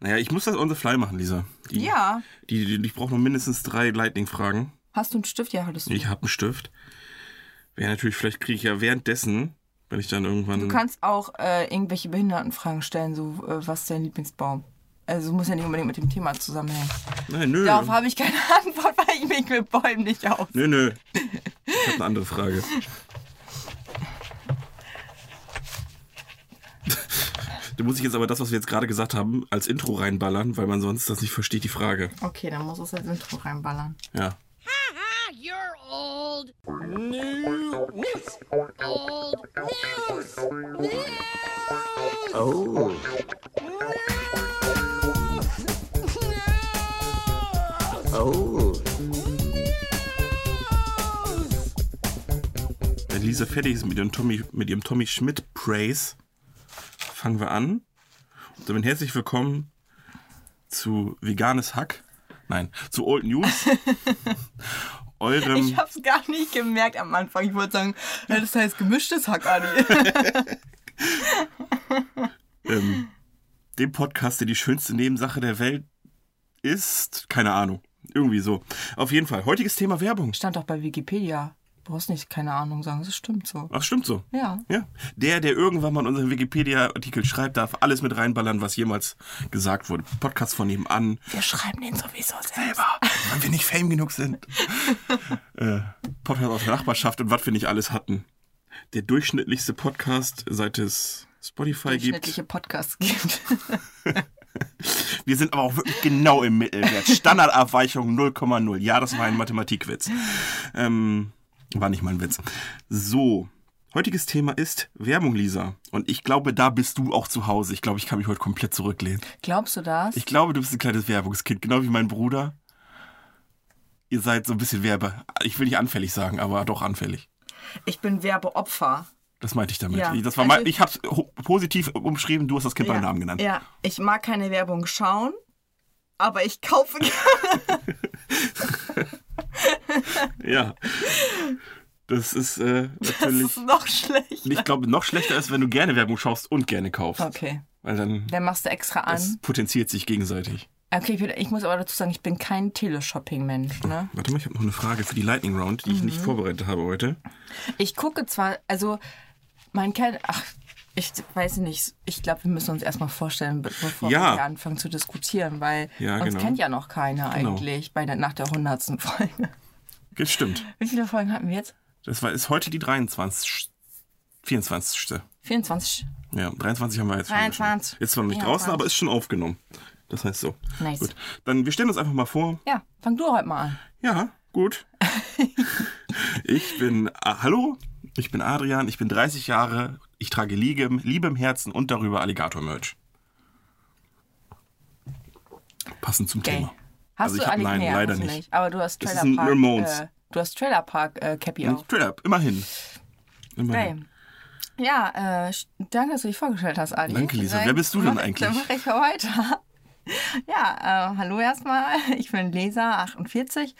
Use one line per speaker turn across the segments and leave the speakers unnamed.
Naja, ich muss das on the fly machen, Lisa. Die,
Ja.
Die, die, ich brauche noch mindestens drei Lightning-Fragen.
Hast du einen Stift? Ja, hattest du.
Ich habe einen Stift. Wäre natürlich, vielleicht kriege ich ja währenddessen, wenn ich dann irgendwann.
Du kannst auch äh, irgendwelche Behindertenfragen stellen, so äh, was ist dein Lieblingsbaum? Also muss ja nicht unbedingt mit dem Thema zusammenhängen.
Nein, nö.
Darauf habe ich keine Antwort, weil ich mich mit Bäumen nicht aus.
Nö, nö. Ich habe eine andere Frage. Da muss ich jetzt aber das, was wir jetzt gerade gesagt haben, als Intro reinballern, weil man sonst das nicht versteht, die Frage.
Okay, dann muss es ins Intro reinballern.
Ja.
Haha, you're Ah, old. News. Old news. News.
Oh. Oh.
Wenn Lisa fertig ist mit ihrem Tommy, mit ihrem Tommy Schmidt Praise, fangen wir an. Und damit herzlich willkommen zu veganes Hack. Nein, zu Old News. Eurem.
Ich habe es gar nicht gemerkt am Anfang. Ich wollte sagen, ja, das heißt gemischtes Hack, Adi.
ähm, dem Podcast, der die schönste Nebensache der Welt ist. Keine Ahnung. Irgendwie so. Auf jeden Fall. Heutiges Thema Werbung.
Stand doch bei Wikipedia. Du brauchst nicht keine Ahnung sagen, das stimmt so.
Ach, stimmt so.
Ja.
Ja. Der, der irgendwann mal in unseren Wikipedia-Artikel schreibt, darf alles mit reinballern, was jemals gesagt wurde. Podcast von nebenan.
Wir schreiben den sowieso selber.
Selber. Weil wir nicht fame genug sind. äh, Podcast aus der Nachbarschaft und was wir nicht alles hatten. Der durchschnittlichste Podcast, seit es Spotify gibt.
Durchschnittliche Podcasts gibt.
Wir sind aber auch wirklich genau im Mittelwert. Standardabweichung 0,0. Ja, das war ein Mathematikwitz. Ähm, war nicht mal ein Witz. So, heutiges Thema ist Werbung, Lisa. Und ich glaube, da bist du auch zu Hause. Ich glaube, ich kann mich heute komplett zurücklehnen.
Glaubst du das?
Ich glaube, du bist ein kleines Werbungskind, genau wie mein Bruder. Ihr seid so ein bisschen Werbe. Ich will nicht anfällig sagen, aber doch anfällig.
Ich bin Werbeopfer.
Das meinte ich damit.
Ja.
Ich- Das war
Also-
mein, ich habe es positiv umschrieben, du hast das Kind beim
ja.
Namen genannt.
Ja, ich mag keine Werbung schauen, aber ich kaufe gerne.
Ja. Das ist äh,
Das
natürlich.
ist noch schlecht.
Ich glaube, noch schlechter ist, wenn du gerne Werbung schaust und gerne kaufst.
Okay,
Weil dann
dann machst du extra
es
an.
potenziert sich gegenseitig.
Okay, ich, bin, ich muss aber dazu sagen, ich bin kein Teleshopping-Mensch. Ne?
Warte mal, ich habe noch eine Frage für die Lightning Round, die ich
Mhm.
nicht vorbereitet habe heute.
Ich gucke zwar, also mein Kerl, ach, ich weiß nicht, ich glaube, wir müssen uns erstmal vorstellen, be- bevor
Ja.
wir hier anfangen zu diskutieren, weil
Ja,
uns
genau.
kennt ja noch keiner
Genau.
eigentlich bei der, nach der hundertsten Folge.
Das stimmt.
Wie viele Folgen hatten wir jetzt?
Das war, ist heute die 23. 24.
24?
Ja, 23 haben wir jetzt. schon
23.
geschrieben. Ist zwar noch nicht draußen,
24.
aber ist schon aufgenommen. Das heißt so.
Nice.
Gut. Dann, wir stellen uns einfach mal vor.
Ja, fang du heute mal an.
Ja, gut. ich bin, ah, hallo, ich bin Adrian, ich bin 30 Jahre, ich trage Liebe, im- Liebe im Herzen und darüber Alligator-Merch. Passend zum
Gay.
Thema.
Hast
Also
du
ich hab-
eigentlich
nein,
nee,
leider
hast du
nicht.
Aber du hast
Es ist
Trailer
ein
Park.
Ramones.
Äh, du hast Trailer Park äh, Cappy auf.
Straight up, immerhin. immerhin.
Geil. Ja, äh, sch- danke, dass du dich vorgestellt hast, Adi.
Danke, Lisa.
Dann
Wer bist du denn
mach-
eigentlich?
Dann mache ich mal weiter. Ja, äh, hallo erstmal. Ich bin Lisa, 48.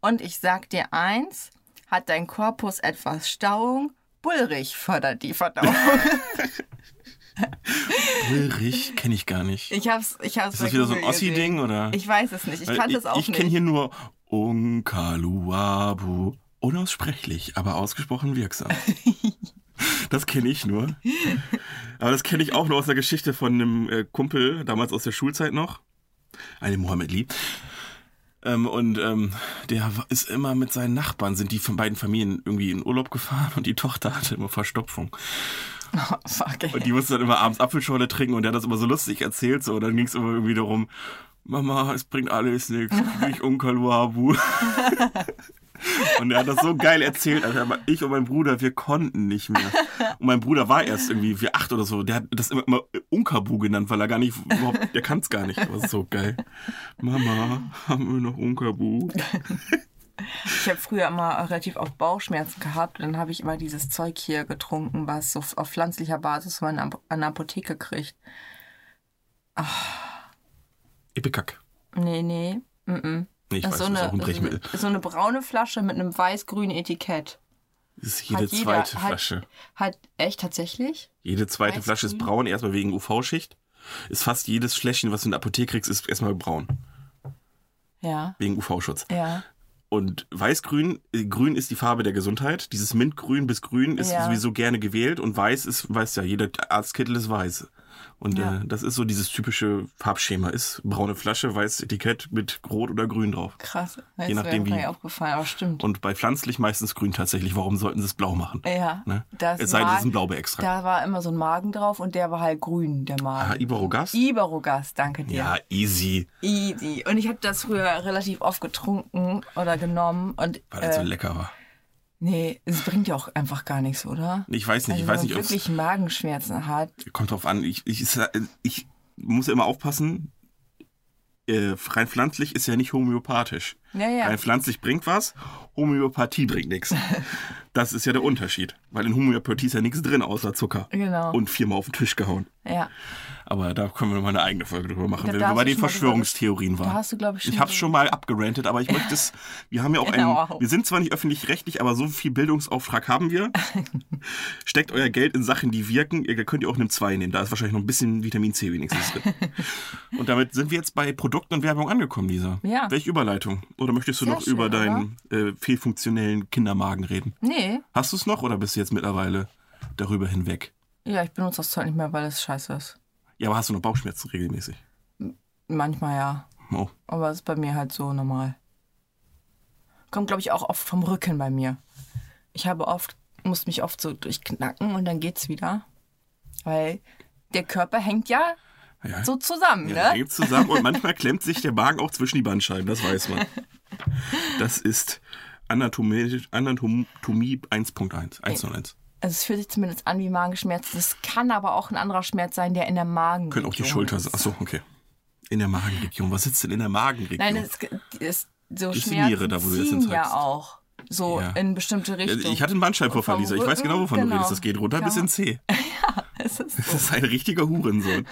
Und ich sag dir eins, hat dein Korpus etwas Stauung? Bullrich fördert die Verdauung.
Ulrich kenne ich gar nicht.
ich hab's, ich hab's
ist das wieder so ein
gesehen.
Ossi-Ding? oder?
Ich weiß es nicht. Ich
Weil
kannte es auch
Ich
nicht.
kenne hier nur Unkaluabu. Unaussprechlich, aber ausgesprochen wirksam. Das kenne ich nur. Aber das kenne ich auch nur aus der Geschichte von einem äh, Kumpel, damals aus der Schulzeit noch. Einem Mohammed Lee. Ähm, und ähm, der wa- ist immer mit seinen Nachbarn, sind die von beiden Familien irgendwie in Urlaub gefahren und die Tochter hatte immer Verstopfung.
Oh, fuck, ey.
Und die musste dann immer abends Apfelschorle trinken und der hat das immer so lustig erzählt. So. Und dann ging es immer irgendwie darum, Mama, es bringt alles nichts, ich Unkaluabu. Und er hat das so geil erzählt. Also aber ich und mein Bruder, wir konnten nicht mehr. Und mein Bruder war erst irgendwie wir acht oder so. Der hat das immer, immer Unkabu genannt, weil er gar nicht, überhaupt, der kann es gar nicht. Aber es ist so geil. Mama, haben wir noch Unkabu?
Ich habe früher immer relativ auch Bauchschmerzen gehabt. Dann habe ich immer dieses Zeug hier getrunken, was so auf pflanzlicher Basis man an an der Apotheke kriegt.
Epikack.
Nee, nee. Mm
Nee, ich
Das
weiß,
ist so
das ist auch ein
eine,
Brechmittel.
so eine braune Flasche mit einem weiß-grünen Etikett.
Das ist jede
hat jeder-
zweite
hat-
Flasche.
Hat echt tatsächlich?
Jede zweite
Weiß
Flasche ist
grün.
braun, erstmal wegen UV-Schicht. ist fast jedes Fläschchen, was du in der Apotheke kriegst, ist erstmal braun.
Ja.
Wegen UV-Schutz.
Ja.
Und weiß-grün, äh, grün ist die Farbe der Gesundheit. Dieses Mintgrün bis grün ist
Ja.
sowieso gerne gewählt. Und weiß ist, weiß ja, jeder Arztkittel ist weiß. Und
Ja.
äh, das ist so dieses typische Farbschema ist. Braune Flasche, weißes Etikett mit rot oder grün drauf.
Krass. Das
Je nachdem,
wäre mir
wie-
aufgefallen, aber stimmt.
Und bei pflanzlich meistens grün tatsächlich. Warum sollten sie es blau machen?
Ja.
Ne?
Das
es sei denn, es
Mag-
ist ein Blaubeerextrakt.
Da war immer so ein Magen drauf und der war halt grün, der
Ah,
Magen.
Iberogast?
Iberogast, danke dir.
ja, easy.
Easy. Und ich habe das früher relativ oft getrunken oder genommen und
Weil das
äh,
so lecker war.
nee, es bringt ja auch einfach gar nichts, oder?
Ich weiß nicht,
also,
ich weiß
wenn
nicht,
man
ob es
wirklich Magenschmerzen hat.
kommt drauf an. Ich, ich, ich muss ja immer aufpassen. Äh, rein pflanzlich ist ja nicht homöopathisch.
Ja, ja.
Rein pflanzlich bringt was, Homöopathie bringt nichts. Das ist ja der Unterschied. Weil in Homöopathie ist ja nichts drin außer Zucker.
Genau.
Und viermal auf den Tisch gehauen.
Ja.
Aber da können wir mal eine eigene Folge drüber machen,
Da-
wenn
da
wir
hast
bei
du
den
schon mal drüber
Verschwörungstheorien waren.
Da hast du, glaub ich, schon
Ich habe schon mal abgerantet, aber ich möchte es. Wir haben ja auch
Genau.
einen. Wir sind zwar nicht öffentlich-rechtlich, aber so viel Bildungsauftrag haben wir. Steckt euer Geld in Sachen, die wirken. Ihr könnt ihr auch einem 2 nehmen. Da ist wahrscheinlich noch ein bisschen Vitamin C wenigstens drin. und damit sind wir jetzt bei Produkten und Werbung angekommen, Lisa.
Ja.
Welche Überleitung? Oder möchtest du
Sehr
noch über
schön,
deinen äh, fehlfunktionellen Kindermagen reden?
Nee.
Hast du es noch oder bist du jetzt mittlerweile darüber hinweg?
Ja, ich benutze das Zeug nicht mehr, weil es scheiße ist.
Ja, aber hast du noch Bauchschmerzen regelmäßig?
Manchmal ja.
Oh.
Aber es ist bei mir halt so normal. Kommt, glaube ich, auch oft vom Rücken bei mir. Ich habe oft, muss mich oft so durchknacken und dann geht's wieder. Weil der Körper hängt ja
Ja.
so zusammen,
Ja, da
ne?
gibt's zusammen und manchmal klemmt sich der Magen auch zwischen die Bandscheiben, das weiß man. Das ist Anatomie, Anatomie 1.1, 101.
Also es fühlt sich zumindest an wie Magenschmerzen. Es kann aber auch ein anderer Schmerz sein, der in der Magen.
Können auch die Schulter sein. Achso, okay. In der Magenregion. Was sitzt denn in der Magenregion?
Nein, es ist so
Ist die
Schmerzen
Niere da, wo du jetzt
ziehen ja
hinzeigst?
auch so
Ja.
in bestimmte
Ja,
Richtungen.
Äh, ich hatte einen Bandscheibenvorfall,
Vom
Lisa. Ich weiß genau, wovon
Rücken,
du redest.
genau.
Das geht runter
Ja.
bis in C.
es ist
Das ist ein richtiger Hurensohn.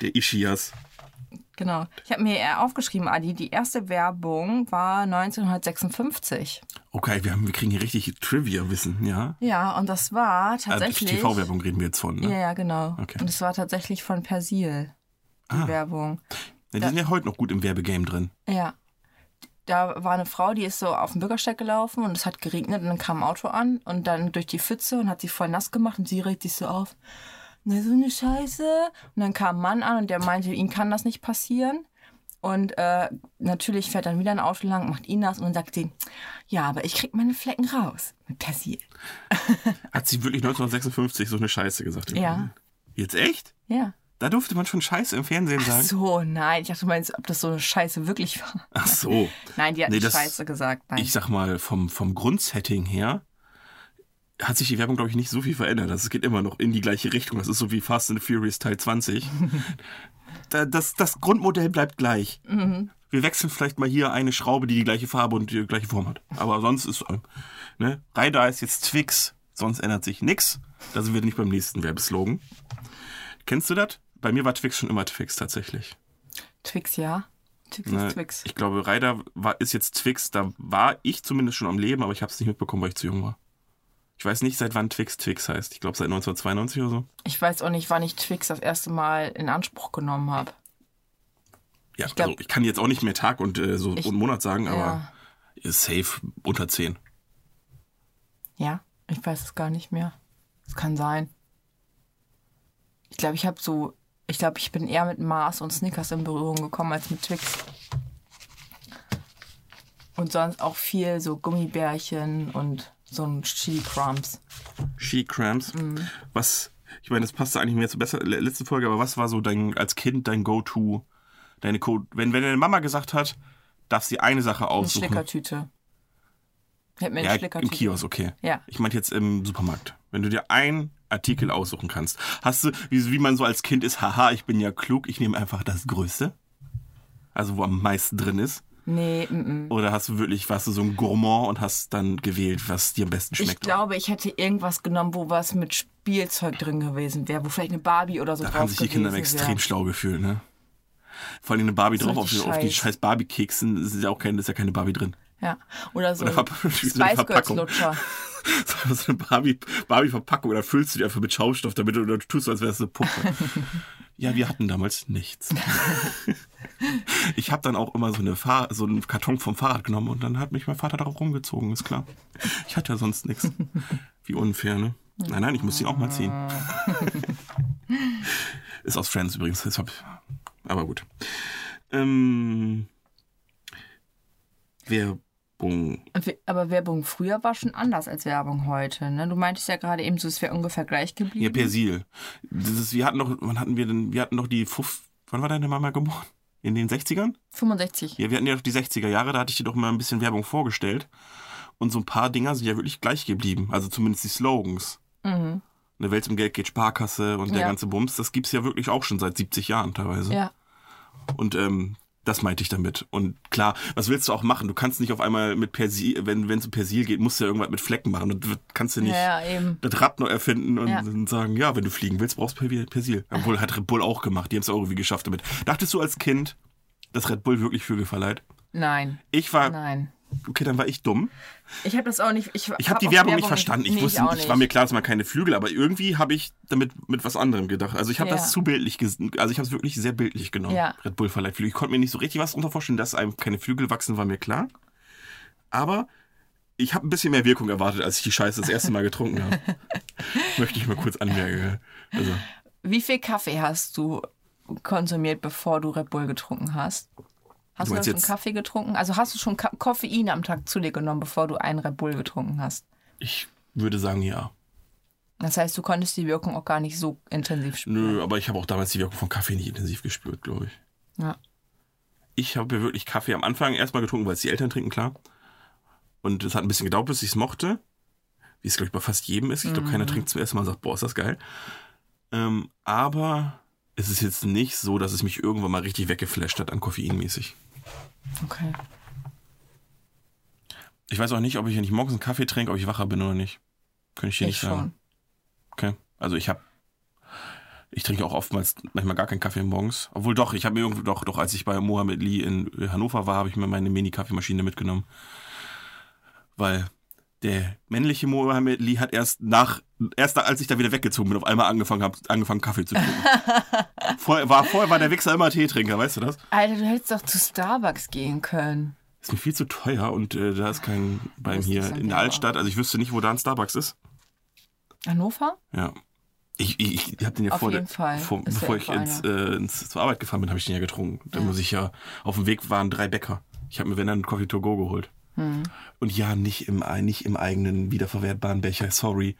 Der Ischias.
Genau. Ich habe mir eher aufgeschrieben, Adi, die erste Werbung war 1956.
Okay, wir, haben, wir kriegen hier richtig Trivia-Wissen, ja?
Ja, und das war
Also
tatsächlich.
TV-Werbung reden wir jetzt von, ne?
Ja, ja, genau.
Okay. Ah.
Und es war tatsächlich von Persil, die Werbung.
Ja, die sind ja heute noch gut im Werbegame drin.
Ja. Da war eine Frau, die ist so auf den Bürgersteig gelaufen und es hat geregnet und dann kam ein Auto an und dann durch die Pfütze und hat sie voll nass gemacht und sie regt sich so auf. Na, so eine Scheiße. Und dann kam ein Mann an und der meinte, ihm kann das nicht passieren. Und äh, natürlich fährt dann wieder ein Auto lang, macht ihn nass und dann sagt sie, ja, aber ich krieg meine Flecken raus. Mit Persil.
Hat sie wirklich 1956 so eine Scheiße gesagt? im
Ja.
Fernsehen? Jetzt echt?
Ja.
Da durfte man schon Scheiße im Fernsehen sagen?
So, nein. Ich dachte, du meinst, ob das so eine Scheiße wirklich war.
Ach so.
Nein, die hat
Nee,
nicht
das-
Scheiße gesagt. Nein.
Ich sag mal, vom, vom Grundsetting her hat sich die Werbung, glaube ich, nicht so viel verändert. Das geht immer noch in die gleiche Richtung. Das ist so wie Fast and Furious Teil 20. da, das, das Grundmodell bleibt gleich. Wir wechseln vielleicht mal hier eine Schraube, die die gleiche Farbe und die gleiche Form hat. Aber sonst ist... äh, Ne? Reida ist jetzt Twix. Sonst ändert sich nichts. Da sind wir nicht beim nächsten Werbeslogan. Kennst du das? Bei mir war Twix schon immer Twix tatsächlich.
Twix, ja. Twix
Ne,
ist Twix.
Ich glaube, Ryder war, ist jetzt Twix. Da war ich zumindest schon am Leben, aber ich habe es nicht mitbekommen, weil ich zu jung war. Ich weiß nicht, seit wann Twix Twix heißt. Ich glaube, seit 1992 oder so.
Ich weiß auch nicht, wann ich Twix das erste Mal in Anspruch genommen habe.
Ja, ich,
glaub-
also, ich kann jetzt auch nicht mehr Tag und, äh, so,
Ich-
und Monat sagen, aber
Ja.
ist safe unter 10.
ja, ich weiß es gar nicht mehr. Es kann sein. Ich glaube, ich habe so, ich glaube, ich bin eher mit Mars und Snickers in Berührung gekommen als mit Twix. Und sonst auch viel so Gummibärchen und so ein Chili Crumbs.
She Cramps.
Mhm.
Was, ich meine, das passte eigentlich mehr zur besser, le- letzten Folge, aber was war so dein, als Kind dein Go-To? Deine Code. Wenn, wenn deine Mama gesagt hat, darf sie eine Sache
Eine
aussuchen.
Schlickertüte. Ich hätte mir eine
Ja, im
Schlickertüte.
Kiosk, okay.
Ja.
Ich meinte jetzt im Supermarkt. Wenn du dir einen Artikel aussuchen kannst. Hast du, wie, wie man so als Kind ist, haha, ich bin ja klug, ich nehme einfach das Größte. Also wo am meisten drin ist.
Nee, mm, mm.
Oder hast du wirklich, warst du so ein Gourmand und hast dann gewählt, was dir am besten
Ich
schmeckt?
glaube, ich hätte irgendwas genommen, wo was mit Spielzeug drin gewesen wäre, wo vielleicht eine Barbie oder so
da
drauf
haben sich die Kinder
gewesen
extrem
wäre.
schlau gefühlt, ne? Vor allem eine Barbie
So
drauf, auf, die-
richtig
auf die
scheiß.
scheiß Barbie-Keksen ist ja auch kein, ist ja keine Barbie drin.
Ja, oder so
Oder
ein
Verpackung, so eine
Spice Girls
Verpackung.
Lutscher.
So so eine Barbie- Barbie-Verpackung oder füllst du die einfach mit Schaumstoff damit oder du tust, so, als wäre es eine Puppe. Ja, wir hatten damals nichts. ich habe dann auch immer so, eine Fahr so einen Karton vom Fahrrad genommen und dann hat mich mein Vater darauf rumgezogen, ist klar. Ich hatte ja sonst nichts. Wie unfair, ne? Nein, nein, ich muss ihn auch mal ziehen. ist aus Friends übrigens, deshalb. Aber gut. Ähm, Werbung.
Und we- Aber Werbung früher war schon anders als Werbung heute. Ne? Du meintest ja gerade eben so, es wäre ungefähr gleich
Ja,
geblieben.
Persil. Das ist, wir hatten doch, wann hatten wir denn, wir hatten doch die Fuff, wann war deine Mama geboren? In den 60ern?
65.
Ja, wir hatten ja doch die 60er Jahre, da hatte ich dir doch mal ein bisschen Werbung vorgestellt. Und so ein paar Dinger sind ja wirklich gleich geblieben. Also zumindest die Slogans.
Mhm.
Eine Welt zum Geld geht Sparkasse und der
Ja.
ganze Bums, das gibt's ja wirklich auch schon seit 70 Jahren teilweise.
Ja.
Und ähm, das meinte ich damit. Und klar, was willst du auch machen? Du kannst nicht auf einmal mit Persil, wenn es um Persil geht, musst du ja irgendwas mit Flecken machen. Das wird- kannst du nicht
ja, ja, eben.
das Rad neu erfinden und,
Ja.
und sagen, ja, wenn du fliegen willst, brauchst du Persil- Persil. Obwohl, hat Red Bull auch gemacht. Die haben es auch irgendwie geschafft damit. Dachtest du als Kind, dass Red Bull wirklich Vögel verleiht?
Nein,
Ich war,
nein.
okay, dann war ich dumm.
Ich habe das auch nicht.
Ich
Ich,
habe
hab
die
auch
Werbung nicht verstanden. Ich
nee,
wusste,
auch
ich war mir klar, es waren keine Flügel, aber irgendwie habe ich damit mit was anderem gedacht. Also ich habe
Ja.
das zu bildlich, ges- also ich habe es wirklich sehr bildlich genommen.
Ja.
Red Bull verleiht Flügel. Ich konnte mir nicht so richtig was darunter vorstellen, dass einem keine Flügel wachsen, war mir klar. Aber ich habe ein bisschen mehr Wirkung erwartet, als ich die Scheiße das erste Mal getrunken habe. Möchte ich mal kurz anmerken. Also,
Wie viel Kaffee hast du konsumiert, bevor du Red Bull getrunken hast? Hast
Du
du,
meinst
schon
jetzt-
Kaffee getrunken? Also hast du schon Ka Koffein am Tag zu dir genommen, bevor du einen Red Bull getrunken hast?
ich würde sagen, ja.
Das heißt, du konntest die Wirkung auch gar nicht so intensiv spüren.
Nö, aber ich habe auch damals die Wirkung von Kaffee nicht intensiv gespürt, glaube ich.
Ja.
ich habe ja wirklich Kaffee am Anfang erstmal getrunken, weil es die Eltern trinken, klar. Und es hat ein bisschen gedauert, bis ich es mochte. Wie es, glaube ich, bei fast jedem ist. Ich glaube, keiner trinkt zum ersten Mal und sagt, boah, ist das geil. Ähm, aber es ist jetzt nicht so, dass es mich irgendwann mal richtig weggeflasht hat an Koffeinmäßig.
Okay.
Ich weiß auch nicht, ob ich, wenn ich morgens einen Kaffee trinke, ob ich wacher bin oder nicht. Könnte ich dir nicht
Ich
sagen.
schon.
Okay. Also ich habe, ich trinke auch oftmals manchmal gar keinen Kaffee morgens. Obwohl doch, ich habe mir irgendwo doch, doch, als ich bei Mohammed Lee in Hannover war, habe ich mir meine Mini-Kaffeemaschine mitgenommen. Weil der männliche Mohammed Lee hat erst nach, erst als ich da wieder weggezogen bin, auf einmal angefangen habe, angefangen Kaffee zu trinken. vorher, war, vorher war der Wichser immer Teetrinker, weißt du das?
Alter, du hättest doch zu Starbucks gehen können.
Ist mir viel zu teuer und äh, da ist kein bei
Das
mir
ist ein
in der
Werber.
Altstadt. Also ich wüsste nicht, wo da ein Starbucks ist.
Hannover?
Ja. Ich, ich, ich habe den ja
Auf
vor,
jeden Fall.
vor
Ist ja eh
bevor ich
irgendwo
ins, äh, ins, zur Arbeit gefahren bin, habe ich den ja getrunken. Dann muss ich ja, auf dem Weg waren drei Bäcker. Ich habe mir, wenn dann, einen Coffee to go geholt.
Hm.
Und ja, nicht im, ei- nicht im eigenen wiederverwertbaren Becher, sorry.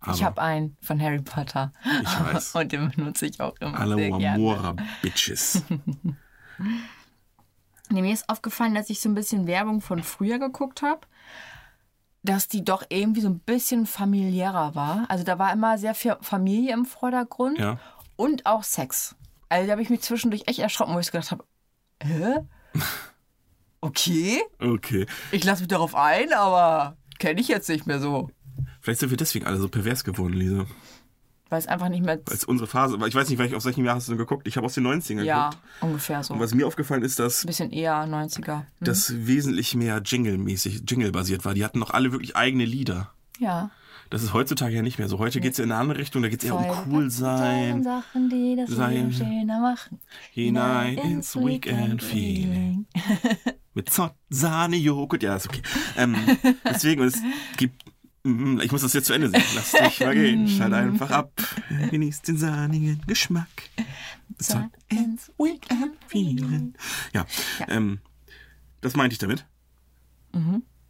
Aber
Ich habe einen von Harry Potter.
Ich weiß.
Und den benutze ich auch immer.
Alle
sehr gerne.
Wamora Bitches.
Nee, mir ist aufgefallen, dass ich so ein bisschen Werbung von früher geguckt habe, dass die doch irgendwie so ein bisschen familiärer war. Also da war immer sehr viel Familie im Vordergrund
Ja.
und auch Sex. Also da habe ich mich zwischendurch echt erschrocken, wo ich so gedacht habe, hä? Okay,
Okay.
ich lasse mich darauf ein, aber kenne ich jetzt nicht mehr so.
Vielleicht sind wir deswegen alle so pervers geworden, Lisa.
Weil es einfach nicht mehr...
Als unsere Phase, weil ich weiß nicht, weil ich auf welchem Jahr hast du denn geguckt? Ich habe aus den 90ern
Ja,
geguckt.
ungefähr so.
Und
Ein
was mir aufgefallen ist, dass
bisschen eher 90er. Hm.
das wesentlich mehr Jingle-mäßig, Jingle-basiert war. Die hatten noch alle wirklich eigene Lieder.
Ja.
Das ist heutzutage ja nicht mehr so. Heute geht's ja in eine andere Richtung, da geht's eher um
Voll.
cool sein,
Sachen, die das
sein-
Leben schöner machen.
hinein ins Weekend Feeling. Mit Zott, Sahne, Joghurt, ja, ist okay. Ähm, deswegen, es gibt. Mm, Ich muss das jetzt zu Ende sehen. Lass dich mal gehen. Schalt einfach ab. Genieß den sahnigen Geschmack. Zott ins Weekend Feeling. Ja, Mhm. ähm, das meinte ich damit.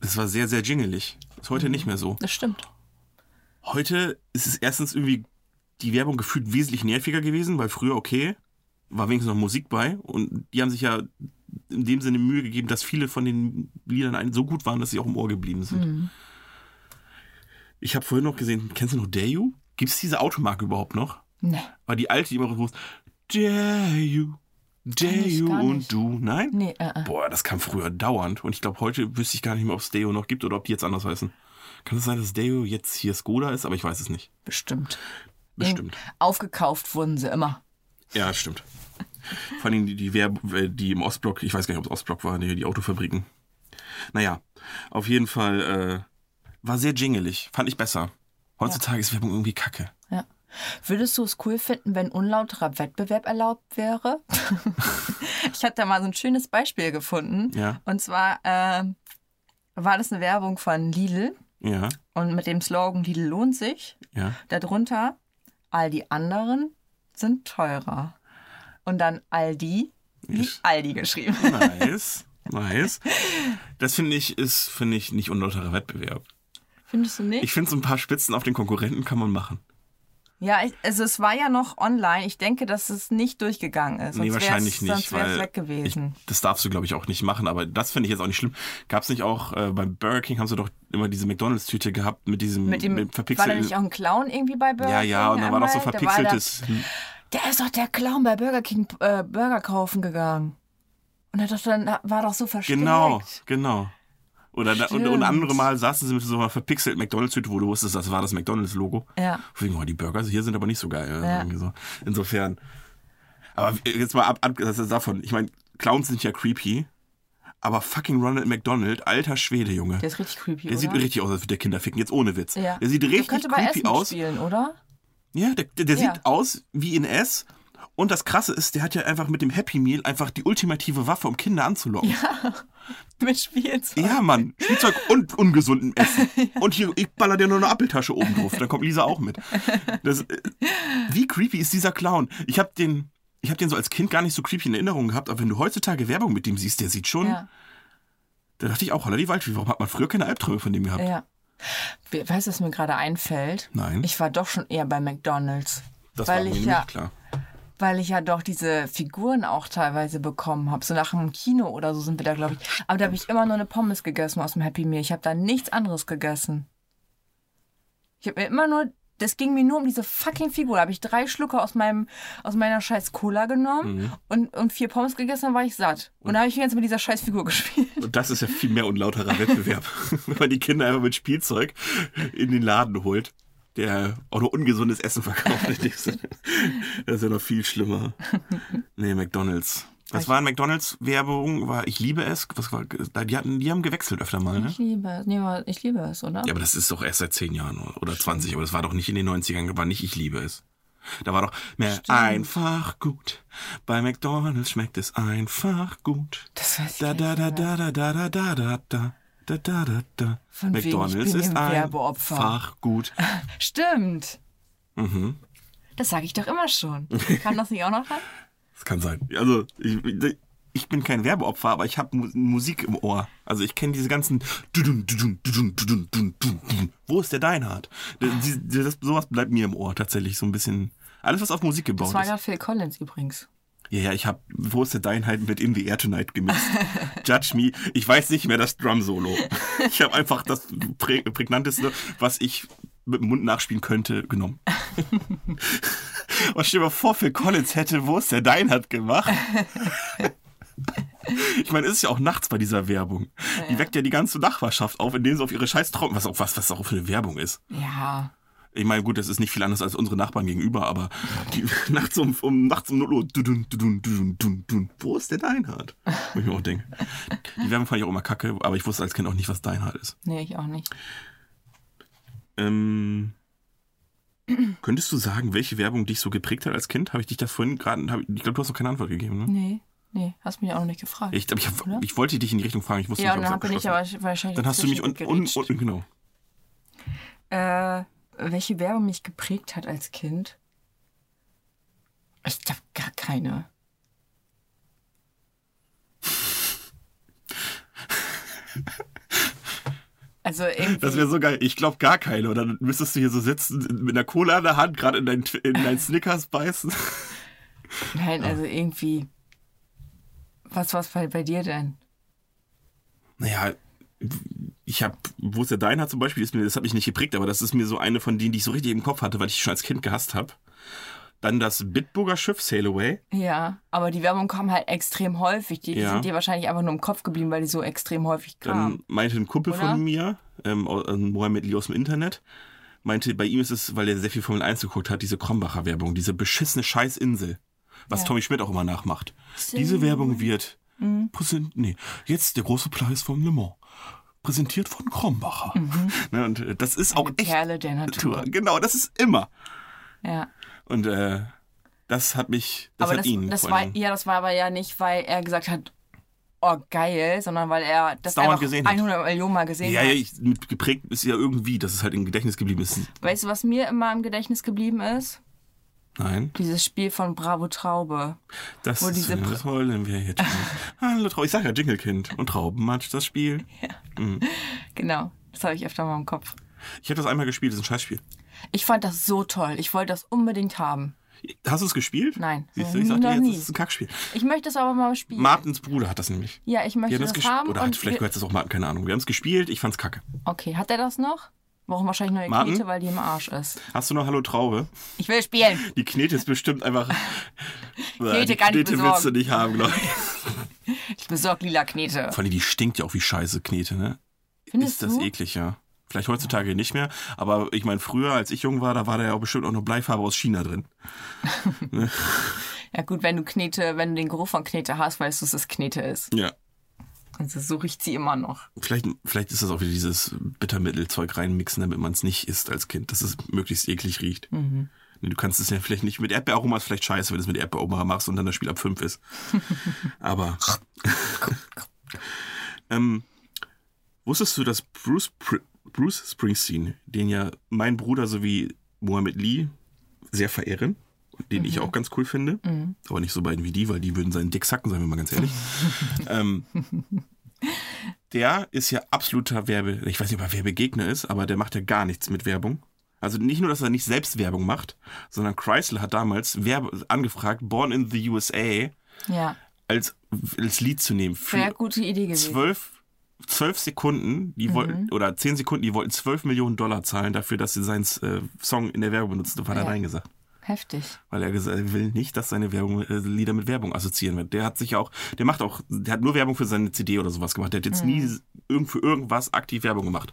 Das war sehr, sehr jingelig. Ist heute nicht mehr so.
Das stimmt.
Heute ist es erstens irgendwie die Werbung gefühlt wesentlich nerviger gewesen, weil früher, okay, war wenigstens noch Musik bei und die haben sich ja in dem Sinne Mühe gegeben, dass viele von den Liedern ein- so gut waren, dass sie auch im Ohr geblieben sind.
Mhm.
Ich habe vorhin noch gesehen, kennst du noch Dare You? Gibt es diese Automarke überhaupt noch?
Nee.
War die alte, die immer groß Dare You, Dare
ich
You
gar
und
nicht.
du. Nein?
Nee, äh, äh.
Boah, das kam früher dauernd. Und ich glaube, heute wüsste ich gar nicht mehr, ob es Deo noch gibt oder ob die jetzt anders heißen. Kann es sein, dass Deo jetzt hier Skoda ist, aber ich weiß es nicht.
bestimmt.
Bestimmt.
Irgend- Aufgekauft wurden sie immer.
Ja, das stimmt. Vor allem die, die, Werb äh, die im Ostblock, ich weiß gar nicht, ob es Ostblock war, die, die Autofabriken. Naja, auf jeden Fall äh, war sehr jingelig. Fand ich besser. Heutzutage ist Werbung irgendwie kacke.
Ja. Würdest du es cool finden, wenn unlauterer Wettbewerb erlaubt wäre? ich hatte da mal so ein schönes Beispiel gefunden.
Ja.
Und zwar ähm, war das eine Werbung von Lidl
Ja,
und mit dem Slogan Lidl lohnt sich.
ja.
Darunter all die anderen sind teurer. Und dann Aldi, wie
Ich-
Aldi geschrieben.
Nice. Nice. Das finde ich, ist, finde ich, nicht unlauterer Wettbewerb.
Findest du nicht?
Ich finde, so ein paar Spitzen auf den Konkurrenten kann man machen.
Ja, ich, also es war ja noch online. Ich denke, dass es nicht durchgegangen ist.
nee,
Sonst wär's-
wahrscheinlich nicht.
Sonst wäre
weil
es weg gewesen.
Ich, das darfst du, glaube ich, auch nicht machen. Aber das finde ich jetzt auch nicht schlimm. Gab es nicht auch, äh, beim Burger King haben sie doch immer diese McDonalds-Tüte gehabt mit diesem
mit dem, war da
verpixelten.
nicht auch ein Clown irgendwie bei Burger
ja,
King?
ja, und da war doch so
einmal? Da war da-
verpixeltes.
Der ist doch der Clown bei Burger King äh, Burger kaufen gegangen. Und er doch dann war doch so versteckt.
Genau, genau. Oder da, und, und
Stimmt.
andere Mal saßen sie mit so einer verpixelten McDonalds-Tüte, wo du wusstest, das war das McDonalds-Logo.
Ja.
Deswegen, oh, die Burger hier sind aber nicht so geil.
Ja.
Irgendwie so. Insofern. Aber jetzt mal ab, ab das ist davon. Ich meine, Clowns sind ja creepy. Aber fucking Ronald McDonald, alter Schwede, Junge.
Der ist richtig creepy,
Der
oder?
sieht richtig aus, als würde der Kinder ficken. Jetzt ohne Witz.
ja.
Der sieht
der
richtig
könnte bei
creepy
Essen
aus.
spielen, oder?
Ja, der, der, der
Ja.
sieht aus wie in S. Und das Krasse ist, der hat ja einfach mit dem Happy Meal einfach die ultimative Waffe, um Kinder anzulocken.
Mit Spielzeug.
Ja, Mann. Spielzeug und ungesundem Essen. Und hier, ich baller dir nur eine Appeltasche oben drauf. Dann kommt Lisa auch mit. Das, äh, wie creepy ist dieser Clown? Ich habe den, ich hab den so als Kind gar nicht so creepy in Erinnerung gehabt, aber wenn du heutzutage Werbung mit dem siehst, der sieht schon.
Ja.
Da dachte ich auch, holla die Waldfee, warum hat man früher keine Albträume von dem gehabt?
ja. We- Weißt du, was mir gerade einfällt?
Nein,
Ich war doch schon eher bei McDonalds.
das war
weil
mir
ich
nicht
ja,
klar.
Weil ich ja doch diese Figuren auch teilweise bekommen habe. So nach dem Kino oder so sind wir da, glaube ich. Aber da habe ich immer nur eine Pommes gegessen aus dem Happy Meal. Ich habe da nichts anderes gegessen. Ich habe mir immer nur. Das ging mir nur um diese fucking Figur. Da habe ich drei Schlucke aus, meinem, aus meiner scheiß Cola genommen
Mhm.
und, und vier Pommes gegessen, dann war ich satt. Und da habe ich jetzt mit dieser scheiß Figur gespielt.
Und das ist ja viel mehr unlauterer Wettbewerb, wenn man die Kinder einfach mit Spielzeug in den Laden holt, der auch nur ungesundes Essen verkauft. in dem Sinne. das ist ja noch viel schlimmer. Nee, McDonalds. Das war in McDonalds-Werbung, war ich liebe es. Was war, die, hatten, die haben gewechselt öfter mal, ne?
Ich liebe es. Nee, aber ich liebe es, oder?
Ja, aber das ist doch erst seit 10 Jahren oder 20, aber das war doch nicht in den 90ern, war nicht ich liebe es. Da war doch mehr einfach gut. Bei McDonalds schmeckt es einfach gut.
Das weiß ich
Da da
nicht
da
mehr.
da da da da da da da da da da da.
Von wegen, ich
McDonalds
bin
ist
ein Werbeopfer.
einfach gut.
Stimmt.
Mhm.
Das sage ich doch immer schon. Kann das nicht auch noch sein?
Das kann sein. Also ich, ich bin kein Werbeopfer, aber ich habe Musik im Ohr. Also ich kenne diese ganzen. Dudum, dudum, dudum, dudum, dudum, dudum. Wo ist der Deinhard? Das, das, sowas bleibt mir im Ohr tatsächlich so ein bisschen. Alles was auf Musik gebaut
Das war
ist.
gerade Phil Collins übrigens.
Ja, ja, ich habe Wo ist der Deinheit mit In the Air Tonight gemixt. Judge me. Ich weiß nicht mehr das Drum-Solo. Ich habe einfach das prä prägnanteste, was ich mit dem Mund nachspielen könnte, genommen. Und stell dir mal vor, Phil Collins hätte Wo ist der Deinheit gemacht. Ich meine, es ist ja auch nachts bei dieser Werbung. Die weckt ja die ganze Nachbarschaft auf, indem sie auf ihre scheiß Trommeln, was auch, was, was auch für eine Werbung ist.
Ja.
Ich meine, gut, das ist nicht viel anders als unsere Nachbarn gegenüber, aber die, nachts um, um nachts um 0 Uhr, dudun, dudun, dudun, dudun, dudun, wo ist der Deinhard? Wo ich mir auch denke. Die Werbung fand ich auch immer kacke, aber ich wusste als Kind auch nicht, was Deinhard ist.
Nee, ich auch nicht.
Ähm, könntest du sagen, welche Werbung dich so geprägt hat als Kind? Habe ich dich da vorhin gerade, hab ich- ich glaube, du hast noch keine Antwort gegeben, ne?
Nee, nee, hast mich auch nicht gefragt.
Ich, aber ich,
Oder?
hab, ich wollte dich in die Richtung fragen, ich wusste
ja, und
nicht,
dann
ob
bin
es
ich
abgeschlossen
aber
ist.
wahrscheinlich.
Dann hast du mich un, un,
dazwischen
un, genau.
gerätscht. äh, Welche Werbung mich geprägt hat als Kind? Ich glaube gar keine. Also irgendwie.
Das wäre so geil. Ich glaube gar keine. Oder dann müsstest du hier so sitzen mit einer Cola in der Hand, gerade in dein, Tw- in dein Snickers beißen.
nein,
Ah.
also irgendwie. Was war es bei, bei dir denn?
Naja, ich habe, wo ist der Deiner zum Beispiel, ist mir, das hat mich nicht geprägt, aber das ist mir so eine von denen, die ich so richtig im Kopf hatte, weil ich die schon als Kind gehasst habe. Dann das Bitburger Schiff Sail Away.
Ja, aber die Werbung kam halt extrem häufig. Die, die
Ja.
sind dir wahrscheinlich einfach nur im Kopf geblieben, weil die so extrem häufig
Dann
kamen.
meinte ein Kumpel
Oder?
von mir, ähm, au- äh, Mohammed Lee aus dem Internet, meinte, bei ihm ist es, weil er sehr viel Formel 1 geguckt hat, diese Krombacher Werbung, diese beschissene Scheißinsel, was Tommy Schmidt auch immer nachmacht. Diese Werbung wird präsent, nee, jetzt der große Preis von Le Mans. Präsentiert von Krombacher. Ne, und äh, das ist auch
Eine
echt
Perle der Natur.
Genau, das ist immer.
Ja.
Und äh, das hat mich, das
aber
hat
das,
ihn
das
vor
war,
allen Dingen.
ja, das war aber ja nicht, weil er gesagt hat, oh geil, sondern weil er das
Dauernd
einfach
gesehen hat.
100 Millionen Mal gesehen
ja,
hat.
ja, ich, mit geprägt ist ja irgendwie, dass es halt im Gedächtnis geblieben ist.
Weißt du, was mir immer im Gedächtnis geblieben ist?
Nein,
Dieses Spiel von Bravo Traube.
das
Wo
ist,
diese Pr-
was wollen wir jetzt schon? Hallo, Trau- ich sag ja Jingle-Kind und Traubenmatsch, das Spiel.
Genau, das habe ich öfter mal im Kopf.
Ich habe das einmal gespielt, das ist ein Scheißspiel.
Ich fand das so toll. Ich wollte das unbedingt haben.
Hast du es gespielt?
Nein.
Siehst du, ich sagte
Noch
jetzt,
nie.
das ist ein Kackspiel.
Ich möchte es aber mal spielen.
Martins Bruder hat das nämlich.
ja, ich
Wir
möchte
haben das
das,
gespielt.
haben.
Oder
und
hat, vielleicht
wir,
gehört das auch Martin, keine Ahnung. Wir haben es gespielt, ich fand's kacke.
okay, hat er das noch? Wir Brauchen wahrscheinlich neue
Martin?
Knete, weil die im Arsch ist.
Hast du noch Hallo Traube?
Ich will spielen.
Die Knete ist bestimmt einfach. Knete, die
kann ich
Knete willst du
besorgen.
nicht haben, glaube ich.
Ich besorge lila Knete.
Vor allem, die stinkt ja auch wie Scheiße, Knete, ne? ist
Findest
das eh-
du?
eklig, ja. Vielleicht heutzutage nicht mehr, aber ich meine, früher, als ich jung war, da war da ja auch bestimmt auch noch Bleifarbe aus China drin.
Ja gut, wenn du Knete, wenn du den Geruch von Knete hast, weißt du, dass es Knete ist.
Ja.
Also so riecht sie immer noch.
Vielleicht, vielleicht ist das auch wieder dieses Bittermittelzeug reinmixen, damit man es nicht isst als Kind, dass es möglichst eklig riecht. Nee, Du kannst es ja vielleicht nicht mit Erdbeeraroma, ist vielleicht scheiße, wenn du es mit Erdbeeraroma machst und dann das Spiel ab 5 ist. Aber. ähm, wusstest du, dass Bruce, Pr- Bruce Springsteen, den ja mein Bruder sowie Mohammed Lee sehr verehren, und den ich auch ganz cool finde, aber nicht so beiden wie die, weil die würden seinen Dick sacken, seien wir mal ganz ehrlich. ähm, der ist ja absoluter Werbe, ich weiß nicht, ob er Werbegegner ist, aber der macht ja gar nichts mit Werbung. Also nicht nur, dass er nicht selbst Werbung macht, sondern Chrysler hat damals Werbe angefragt, Born in the USA
Ja,
als, als Lied zu nehmen
sehr
für
gute Idee gewesen. Mhm.
zwölf, zwölf Sekunden, die wollten, oder zehn Sekunden, die wollten zwölf Millionen Dollar zahlen dafür, dass sie seinen äh, Song in der Werbung benutzt und hat er
Ja.
Nein gesagt.
Heftig.
Weil er gesagt, er will nicht, dass seine Werbung, äh, Lieder mit Werbung assoziieren wird. Der hat sich ja auch, der macht auch, der hat nur Werbung für seine CD oder sowas gemacht. Der hat jetzt
Mhm.
nie irgend für irgendwas aktiv Werbung gemacht.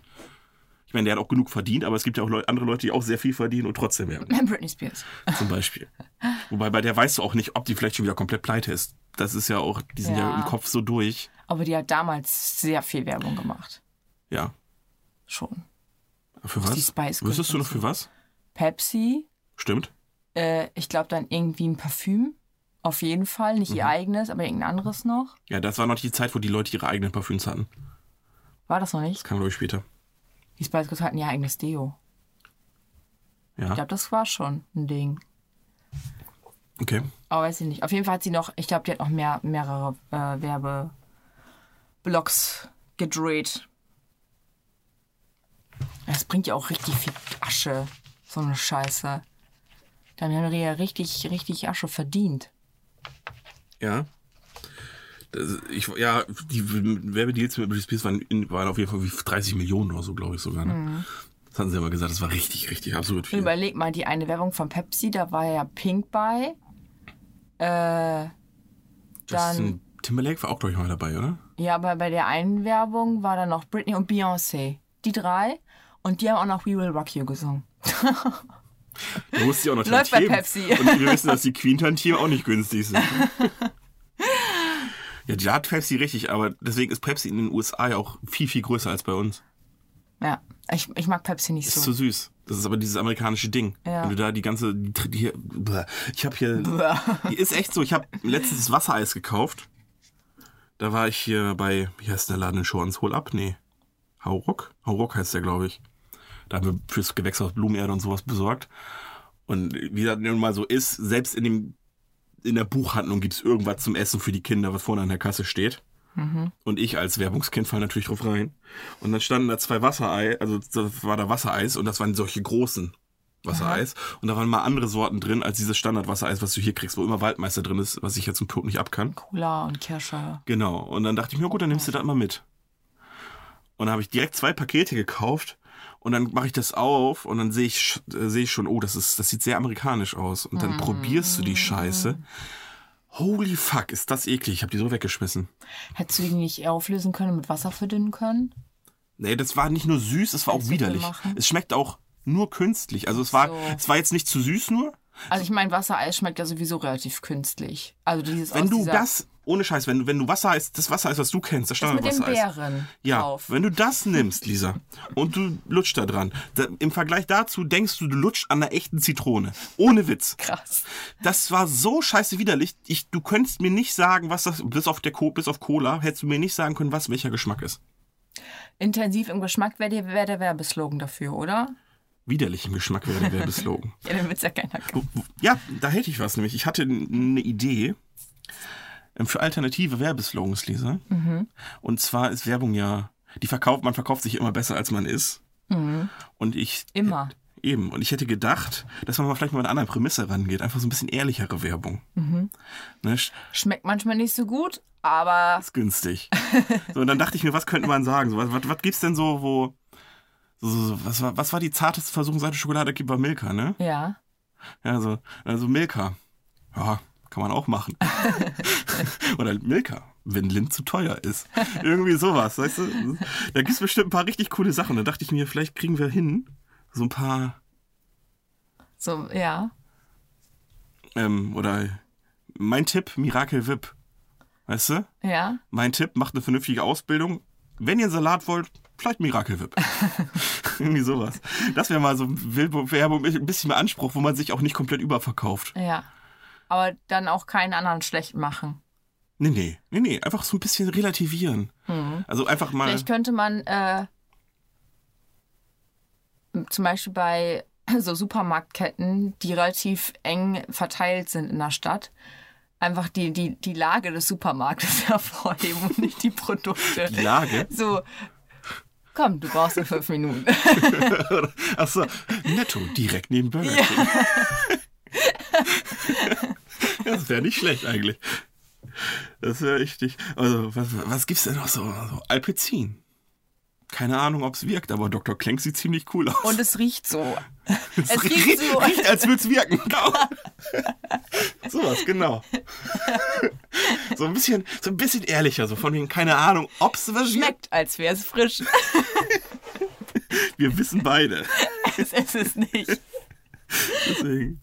Ich meine, der hat auch genug verdient, aber es gibt ja auch Leu andere Leute, die auch sehr viel verdienen und trotzdem werben,
Britney Spears.
zum Beispiel. Wobei bei der weißt du auch nicht, ob die vielleicht schon wieder komplett pleite ist. Das ist ja auch, die sind ja,
Ja.
im Kopf so durch.
Aber die hat damals sehr viel Werbung gemacht.
Ja.
Schon.
Für
die
was?
Spice Girls
Wüsstest du
und
noch für
so.
was?
Pepsi,
Stimmt.
äh, ich glaube dann irgendwie ein Parfüm. Auf jeden Fall. Nicht
Mhm.
ihr eigenes, aber irgendein anderes noch.
Ja, das war noch die Zeit, wo die Leute ihre eigenen Parfüms hatten.
War das noch nicht?
Das kam, glaube ich, später.
Die Spice Girls hatten ihr eigenes Deo. Ich
Ja.
glaube, das war schon ein Ding.
Okay.
Aber weiß ich nicht. Auf jeden Fall hat sie noch, ich glaube, die hat noch mehr, mehrere äh, Werbeblocks gedreht. Das bringt ja auch richtig viel Asche. So eine Scheiße. Dann haben wir ja richtig, richtig Asche verdient.
Ja. Das, ich, ja, die Werbedeals mit Britney Spears waren, in- waren auf jeden Fall wie 30 Millionen oder so, glaube ich sogar. Ne?
Mhm.
Das hatten sie aber gesagt, das war richtig, richtig absolut viel.
Überleg mal, die eine Werbung von Pepsi, da war ja Pink bei. Äh, dann,
Justin Timberlake war auch, glaube ich, mal dabei, oder?
ja, aber bei der einen Werbung war dann noch Britney und Beyoncé. Die drei. Und die haben auch noch We Will Rock You gesungen.
Du musst ja auch noch
Läuft bei
Tantiemen.
Pepsi.
Und wir wissen, dass die Queen-Tantiemen auch nicht günstig sind. ja, da hat Pepsi richtig, aber deswegen ist Pepsi in den USA ja auch viel, viel größer als bei uns.
Ja, ich, ich mag Pepsi nicht
Ist
so.
zu süß. Das ist aber dieses amerikanische Ding.
Ja.
Wenn du da die ganze. Die, die, hier- bäh. ich habe hier. Die Ist echt so. Ich habe letztens Wassereis gekauft. Da war ich hier bei. Wie heißt der Laden in Schorns? Hol ab? Nee. Hauruck? Hauruck heißt der, glaube ich. Da haben wir fürs Gewächshaus Blumenerde und sowas besorgt. Und wie das nun mal so ist, selbst in dem. In der Buchhandlung gibt es irgendwas zum Essen für die Kinder, was vorne an der Kasse steht. Und ich als Werbungskind fall natürlich drauf rein. Und dann standen da zwei Wasserei, also das war da Wassereis und das waren solche großen Wassereis. Und da waren mal andere Sorten drin als dieses Standardwassereis, was du hier kriegst, wo immer Waldmeister drin ist, was ich ja zum Tod nicht ab kann.
Cola und Kirsche.
Genau. Und dann dachte ich mir, gut, dann nimmst du das mal mit. Und dann habe ich direkt zwei Pakete gekauft und dann mache ich das auf und dann sehe ich, sch- äh, sehe ich schon, oh, das, ist, das sieht sehr amerikanisch aus. Und dann probierst du die Scheiße. Holy fuck, ist das eklig. Ich habe die so weggeschmissen.
Hättest du die nicht auflösen können, und mit Wasser verdünnen können?
Nee, das war nicht nur süß, es war auch
Eiswürfel
widerlich.
machen?
Es schmeckt auch nur künstlich. Also es war,
So.
es war jetzt nicht zu süß nur.
Also ich meine, Wassereis schmeckt ja sowieso relativ künstlich. Also dieses
Wenn
aus
du
dieser,
das Ohne Scheiß, wenn, du- wenn du Wasser ist, das Wasser ist, was du kennst, das
Das mit den
Standardwasser ist.
Bären
Ja,
drauf.
wenn du das nimmst, Lisa, und du lutschst da dran, da, im Vergleich dazu denkst du, du lutschst an einer echten Zitrone. Ohne Witz.
Krass.
Das war so scheiße widerlich. Ich, du könntest mir nicht sagen, was das, bis auf, der Co bis auf Cola, hättest du mir nicht sagen können, was welcher Geschmack ist.
Intensiv im Geschmack wäre wär der Werbeslogan dafür, oder?
Widerlichen Geschmack wäre der Werbeslogan.
Ja, dann wird es ja keiner kaufen.
Ja, da hätte ich was nämlich. Ich hatte n- eine Idee ähm, für alternative Werbeslogans, Lisa. Und zwar ist Werbung ja, die verkauft, man verkauft sich immer besser, als man ist. Und ich
Immer.
eben, und ich hätte gedacht, dass man mal vielleicht mal mit einer anderen Prämisse rangeht, einfach so ein bisschen ehrlichere Werbung. Ne, sch-
Schmeckt manchmal nicht so gut, aber
ist günstig. So, und dann dachte ich mir, was könnte man sagen? So, was, was, was gibt's denn so, wo so, so, so, was, war, was war die zarteste Versuchungsseite Schokolade gibt bei Milka, ne?
ja.
Ja, so, also Milka. Ja, kann man auch machen. Oder Milka, wenn Lind zu teuer ist. Irgendwie sowas, weißt du? Da gibt es bestimmt ein paar richtig coole Sachen. Da dachte ich mir, vielleicht kriegen wir hin, so ein paar,
So, ja.
ähm, oder mein Tipp, Miracle Whip. Weißt du?
Ja.
Mein Tipp, macht eine vernünftige Ausbildung. Wenn ihr einen Salat wollt, vielleicht Miracle Whip. Irgendwie sowas. Das wäre mal so Werbung, ein bisschen mehr Anspruch, wo man sich auch nicht komplett überverkauft.
Ja. Aber dann auch keinen anderen schlecht machen.
Nee, nee, nee, nee, einfach so ein bisschen relativieren. Also einfach mal.
Hm. Vielleicht könnte man äh, zum Beispiel bei so Supermarktketten, die relativ eng verteilt sind in der Stadt, einfach die, die, die Lage des Supermarktes hervorheben und nicht die Produkte.
Die Lage.
So, komm, du brauchst nur fünf Minuten.
Achso, netto, direkt neben Burger King. das wäre nicht schlecht eigentlich. Das wäre echt nicht. Also, was, was gibt's denn noch so? so Alpecin. Keine Ahnung, ob's wirkt, aber Dr. Klenk sieht ziemlich cool aus.
Und es riecht so. es
rie-
riecht so.
riecht, als würde es wirken. Genau. Sowas, genau. So ein bisschen, so ein bisschen ehrlicher, so von wegen, keine Ahnung, ob's was wirkt.
Schmeckt, als wäre es frisch.
Wir wissen beide.
es ist es nicht.
Deswegen.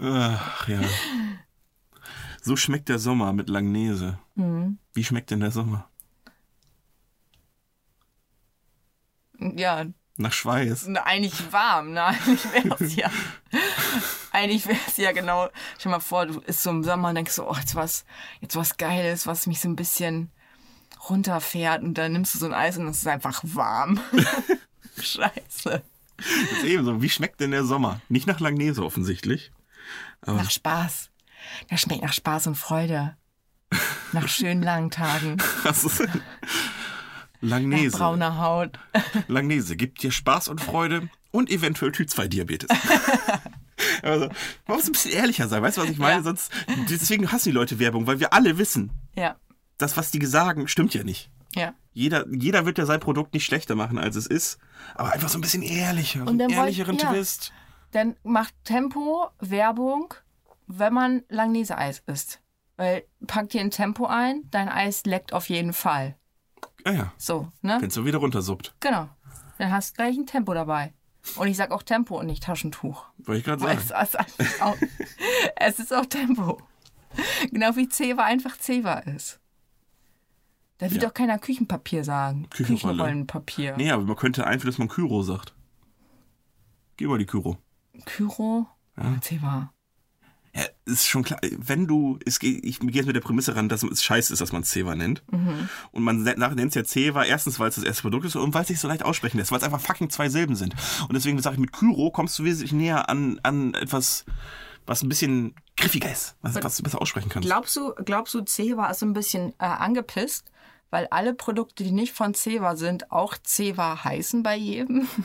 Ach ja. So schmeckt der Sommer mit Langnese.
Mhm.
Wie schmeckt denn der Sommer?
Ja,
Nach Schweiß.
Na, eigentlich warm, ne? Eigentlich wäre es ja. eigentlich wäre es ja genau. Stell dir mal vor, du ist so im Sommer und denkst so, oh, jetzt was, jetzt was Geiles, was mich so ein bisschen runterfährt und dann nimmst du so ein Eis und es ist einfach warm. Scheiße.
Das ist ebenso. Wie schmeckt denn der Sommer? Nicht nach Langnese offensichtlich.
Nach Spaß. Der schmeckt nach Spaß und Freude. Nach schönen langen Tagen.
Was ist denn?
Nach
Langnese.
brauner Haut.
Langnese gibt dir Spaß und Freude und eventuell Typ-2-Diabetes. Also, man muss ein bisschen ehrlicher sein, weißt du, was ich meine?
Ja.
Sonst, deswegen hassen die Leute Werbung, weil wir alle wissen,
Ja.
das, was die sagen, stimmt ja nicht.
Ja.
Jeder, jeder wird ja sein Produkt nicht schlechter machen, als es ist, aber einfach so ein bisschen ehrlicher, so
Und
einen
dann wollt-
ehrlicheren
ja.
Twist.
dann macht Tempo Werbung, wenn man Langnese-Eis isst. Weil pack dir ein Tempo ein, dein Eis leckt auf jeden Fall.
Ja, Ah, ja,
So, ne?
wenn es so wieder runtersuppt,
Genau. Dann hast du gleich ein Tempo dabei. Und ich sag auch Tempo und nicht Taschentuch.
wollte ich gerade
Weil
sagen.
es, es, ist auch, es ist auch Tempo. Genau wie Zewa einfach Zewa ist. Da wird
Ja.
doch keiner Küchenpapier sagen.
Küchenrolle.
Küchenrollenpapier.
Nee, aber man könnte einführen, dass man Kyro sagt. Geh mal die Kyro.
Kyro, Zewa.
Ja, ist schon klar, wenn du, es, geht- ich gehe jetzt mit der Prämisse ran, dass es scheiße ist, dass man es Ceva nennt.
Mhm.
Und man nennt es ja Ceva, erstens, weil es das erste Produkt ist und weil es sich so leicht aussprechen lässt, weil es einfach fucking zwei Silben sind. Und deswegen sage ich, mit Kyro kommst du wesentlich näher an, an etwas, was ein bisschen griffiger ist, was, was du besser aussprechen kannst.
Glaubst du, glaubst du, Zewa ist ein bisschen äh, angepisst, weil alle Produkte, die nicht von Zewa sind, auch Zewa heißen bei jedem?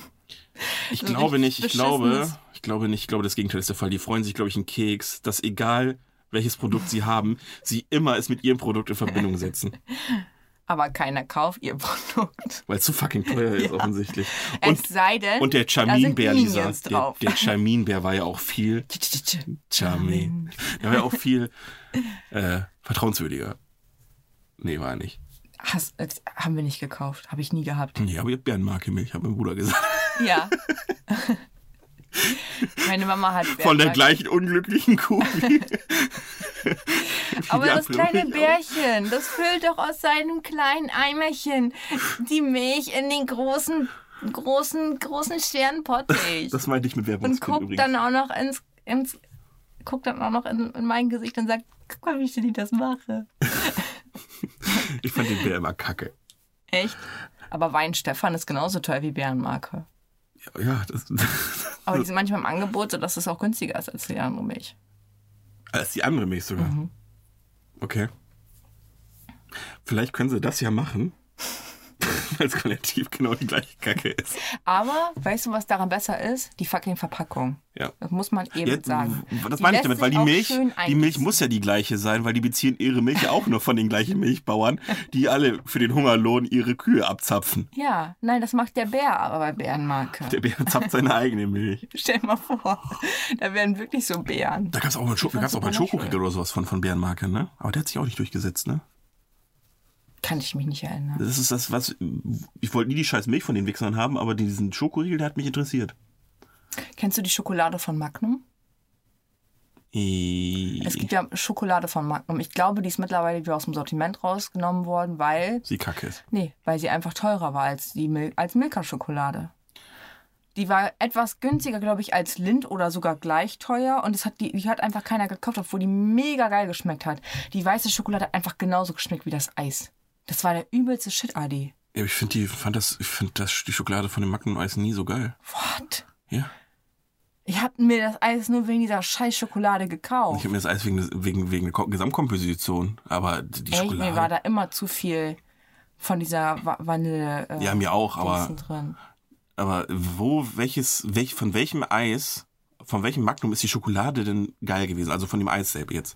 Ich
So
glaube
Also richtig
nicht, ich glaube,
beschissenes-
ich glaube nicht, ich glaube, das Gegenteil ist der Fall. Die freuen sich, glaube ich, einen Keks, dass egal welches Produkt sie haben, sie immer es mit ihrem Produkt in Verbindung setzen.
Aber keiner kauft ihr Produkt.
Weil es so fucking teuer ist, offensichtlich.
es sei denn,
und der
da sind
Chaminbär, Lisa,
Minions
der,
drauf.
der Chaminbär war ja auch viel, Charmin, der war ja auch viel äh, vertrauenswürdiger. Nee, war er nicht.
Hast, äh, haben wir nicht gekauft. Habe ich nie gehabt.
Nee, aber ich habe Bärenmarke Milch, hat mein Bruder gesagt.
Ja. Meine Mama hat Bärchen.
Von der gleichen unglücklichen Kuh. wie- wie
Aber das
Gabriel
kleine
auch.
Bärchen, das füllt doch aus seinem kleinen Eimerchen die Milch in den großen, großen, großen schweren Pottich.
Das meinte ich mit
und
Werbungskund
guckt
übrigens.
dann auch noch ins, ins guckt dann auch noch in, in mein Gesicht und sagt, guck mal, wie ich das mache.
ich fand den Bär immer kacke.
Echt? Aber Wein Stefan ist genauso teuer wie Bärenmarke.
Ja, das,
Aber die sind manchmal im Angebot, sodass es auch günstiger ist als die andere Milch.
Als die andere Milch sogar.
Mhm.
Okay. Vielleicht können sie das ja machen, weil es kollektiv genau die gleiche Kacke ist.
Aber weißt du, was daran besser ist? Die fucking Verpackung.
Ja.
Das muss man eben
Jetzt,
sagen.
w- das
Die
meine ich
lässt
damit, weil
sich
die
auch
Milch,
schön
die Milch
eingießen.
muss ja die gleiche sein, weil die beziehen ihre Milch ja auch nur von den gleichen Milchbauern, die alle für den Hungerlohn ihre Kühe abzapfen.
Ja, nein, das macht der Bär aber bei Bärenmarke.
Der Bär zapft seine eigene Milch.
Stell dir mal vor, da wären wirklich so Bären.
Da gab es auch mal einen Scho- da gab's auch mal einen
Supernatural.
Schokoriegel oder sowas von, von Bärenmarke, ne? Aber der hat sich auch nicht durchgesetzt, ne?
Kann ich mich nicht erinnern.
Das ist das, was. Ich wollte nie die scheiß Milch von den Wichsern haben, aber diesen Schokoriegel, der hat mich interessiert.
Kennst du die Schokolade von Magnum? Es
Es
gibt ja Schokolade von Magnum. Ich glaube, die ist mittlerweile wieder aus dem Sortiment rausgenommen worden, weil
Sie kacke ist.
Nee, weil sie einfach teurer war als die Mil als Milka-Schokolade. Die war etwas günstiger, glaube ich, als Lind oder sogar gleich teuer. Und es hat die, die hat einfach keiner gekauft, obwohl die mega geil geschmeckt hat. Die weiße Schokolade hat einfach genauso geschmeckt wie das Eis. Das war der übelste Shit, Adi.
Ja, aber ich finde die, fand das, ich finde das, die Schokolade von dem Magnum-Eis nie so geil.
What?
Ja.
Ich hab mir das Eis nur wegen dieser scheiß Schokolade
Ich
gekauft.
habe mir das Eis wegen, des- wegen, wegen der Ko- Gesamtkomposition, aber die
Echt,
Schokolade.
mir war da immer zu viel von dieser Va Vanille. Äh,
ja, mir auch, aber,
Dingsen Drin.
aber wo, welches, welch, von welchem Eis, von welchem Magnum ist die Schokolade denn geil gewesen? Also von dem Eis selber jetzt.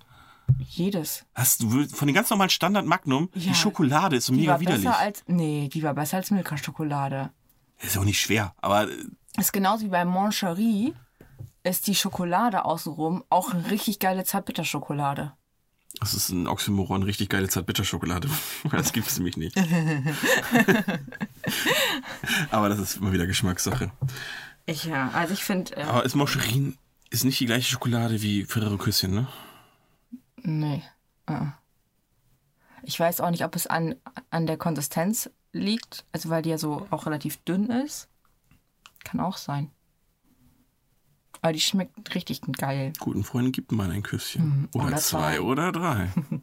Jedes.
Hast du von dem ganz normalen Standard Magnum,
Ja.
die Schokolade ist so
Die
mega
war
widerlich.
besser als. Nee, die war besser als Milka-Schokolade.
Ist ja auch nicht schwer, aber äh,
ist genauso wie bei Moncherie, ist die Schokolade außenrum auch eine richtig geile Zartbitterschokolade.
das ist ein Oxymoron, richtig geile Zartbitterschokolade. Das gibt es nämlich nicht. aber das ist immer wieder Geschmackssache.
Ich ja, also ich finde, äh,
Aber ist Moscherin ist nicht die gleiche Schokolade wie Ferrero Küsschen, ne?
nee. äh. Ich weiß auch nicht, ob es an, an der Konsistenz liegt, also weil die ja so auch relativ dünn ist. Kann auch sein. Aber die schmeckt richtig geil.
Guten Freunden gibt man ein Küsschen. Hm, Oder,
oder
zwei,
zwei.
oder drei.
Und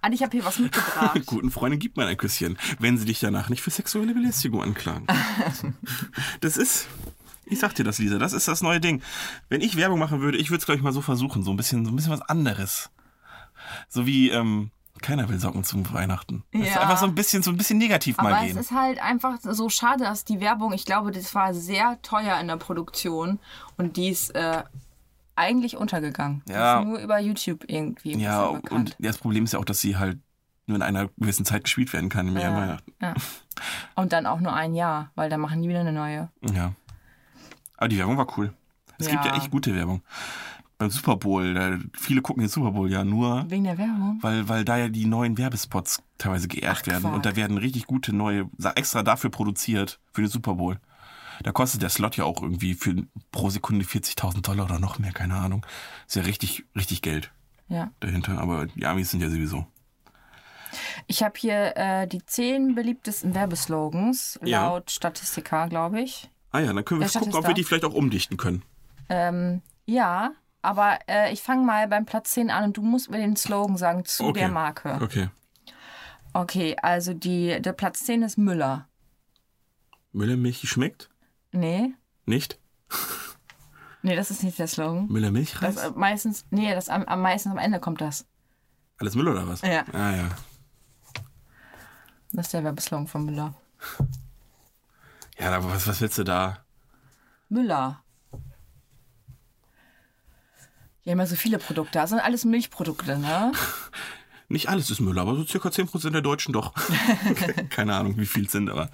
Ah, ich habe hier was mitgebracht.
Guten Freunden gibt man ein Küsschen, wenn sie dich danach nicht für sexuelle Belästigung anklagen. das ist. Ich sag dir das, Lisa, das ist das neue Ding. Wenn ich Werbung machen würde, ich würde es, glaube ich, mal so versuchen. So ein bisschen, so ein bisschen was anderes. So wie, ähm, keiner will Socken zum Weihnachten. Das ist
Ja.
einfach so ein bisschen, so ein bisschen negativ
Aber
mal
es
gehen.
ist halt einfach so schade, dass die Werbung, ich glaube, das war sehr teuer in der Produktion und die ist äh, eigentlich untergegangen. Die
Ja.
Ist nur über YouTube irgendwie. ein
Ja,
bisschen
und
bekannt.
ja, das Problem ist ja auch, dass sie halt nur in einer gewissen Zeit gespielt werden kann, nämlich an Weihnachten.
ja. und dann auch nur ein Jahr, weil dann machen die wieder eine neue.
Ja. Aber die Werbung war cool. Es gibt ja
Ja.
echt gute Werbung. Beim Super Bowl, da, viele gucken den Super Bowl ja nur,
Wegen der Werbung.
weil, weil da ja die neuen Werbespots teilweise geehrt werden. Und da
Quark.
werden richtig gute neue, sa- extra dafür produziert, für den Super Bowl. Da kostet der Slot ja auch irgendwie für pro Sekunde 40.000 Dollar oder noch mehr, keine Ahnung. Ist ja richtig, richtig Geld
Ja.
dahinter. Aber die Amis sind ja sowieso.
Ich habe hier äh, die zehn beliebtesten Werbeslogans
Ja.
laut Statistika, glaube ich.
Ah ja, dann können wir
Der Stadt
gucken,
ist
ob wir
da.
die vielleicht auch umdichten können.
Ähm, ja, aber äh, ich fange mal beim Platz 10 an und du musst mir den Slogan sagen zu
Okay.
der Marke.
Okay.
Okay, also die, der Platz 10 ist Müller.
Müllermilch schmeckt?
Nee,
Nicht?
nee, das ist nicht der Slogan. Das,
Müllermilchreis?
äh, meistens, nee, das am, am meisten am Ende kommt das.
Alles Müll oder was?
Ja.
Ah ja.
Das ist der Werbeslogan von Müller.
Ja, aber was, was willst du da?
Müller. Ja, immer so viele Produkte. Das sind alles Milchprodukte, ne?
Nicht alles ist Müll, aber so circa 10% der Deutschen doch. Keine Ahnung, wie viel es sind, aber.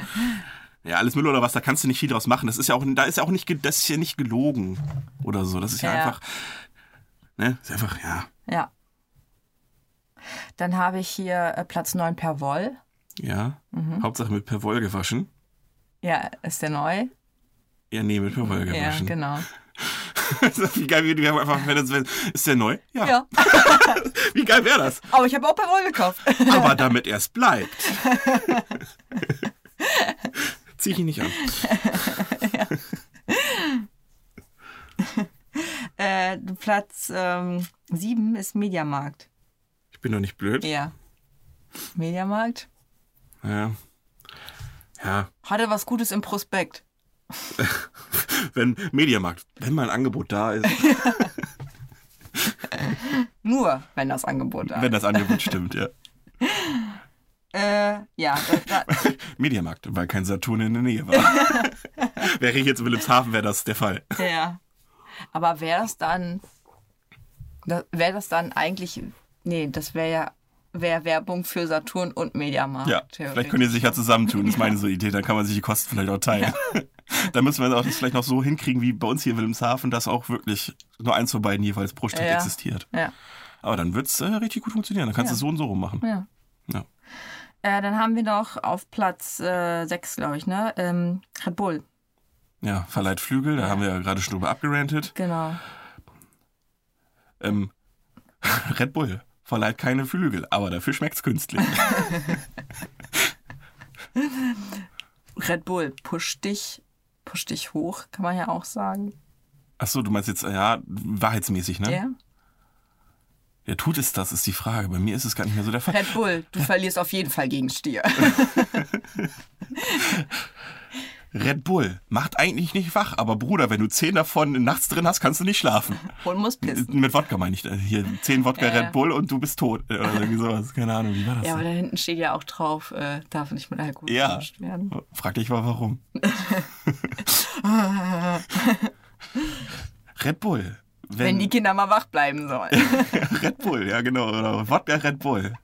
Ja, alles Müll oder was, da kannst du nicht viel draus machen. Das ist ja auch, da ist ja auch nicht, ge- das ist ja nicht gelogen oder so. Das ist ja,
Ja.
einfach, ne, ist einfach, ja,
Ja. Dann habe ich hier äh, Platz 9 per Woll. Mhm.
ja. Hauptsache mit Perwoll gewaschen.
Ja, ist der neu.
Ja, nee, mit Verfolger
Ja,
waschen.
genau.
wie geil wir wir haben einfach, wenn das, wenn, ist der neu? Ja.
Ja.
Wie geil wäre das?
Aber ich habe auch Perwoll gekauft.
Aber damit er es bleibt. Zieh ich ihn nicht an.
äh, Platz ähm, 7 ist Mediamarkt.
Ich bin doch nicht blöd.
Ja. Mediamarkt.
Ja. Ja,
Hatte was Gutes im Prospekt.
wenn Mediamarkt, wenn mal ein Angebot da ist,
Nur, wenn das Angebot da
wenn das Angebot stimmt, ja.
Äh, ja, da, da,
Mediamarkt, weil kein Saturn in der Nähe war. wäre ich jetzt in Wilhelmshaven, wäre das der Fall.
ja. Aber wäre das dann. Da, wäre das dann eigentlich. Nee, das wäre ja wär Werbung für Saturn und Mediamarkt.
Ja, vielleicht können die sich ja zusammentun. Das ist meine so Idee. Dann kann man sich die Kosten vielleicht auch teilen. Dann müssen wir das auch das vielleicht noch so hinkriegen wie bei uns hier in Wilhelmshaven, dass auch wirklich nur eins von beiden jeweils pro Stadt
Ja.
existiert.
Ja.
Aber dann wird es äh, richtig gut funktionieren. Dann kannst du es so und so rum machen.
Ja.
Ja.
Äh, dann haben wir noch auf Platz äh, 6, glaube ich, ne? Ähm, Red Bull.
ja, verleiht Flügel. Da haben wir ja gerade schon drüber abgerantet.
Genau.
Ähm, Red Bull verleiht keine Flügel, aber dafür schmeckt's künstlich.
Red Bull pusht dich, pusht dich hoch, kann man ja auch sagen.
Achso, du meinst jetzt, äh, ja, wahrheitsmäßig, ne?
Ja.
Ja, tut es das, ist die Frage. Bei mir ist es gar nicht mehr so der Fall.
Red Bull, du verlierst auf jeden Fall gegen Stier.
Red Bull macht eigentlich nicht wach, aber Bruder, wenn du zehn davon nachts drin hast, kannst du nicht schlafen.
Und muss pissen.
Mit Wodka meine ich. äh, Hier, zehn Wodka
Ja.
Red Bull und du bist tot. äh, Oder irgendwie sowas. Keine Ahnung, wie war das?
Ja, aber
denn?
da hinten steht ja auch drauf, äh, darf nicht mit Alkohol
Ja.
gemischt werden.
Frag dich mal, warum. Red Bull.
Wenn die Kinder mal wach bleiben sollen.
Red Bull, ja genau. Oder Wodka Red Bull.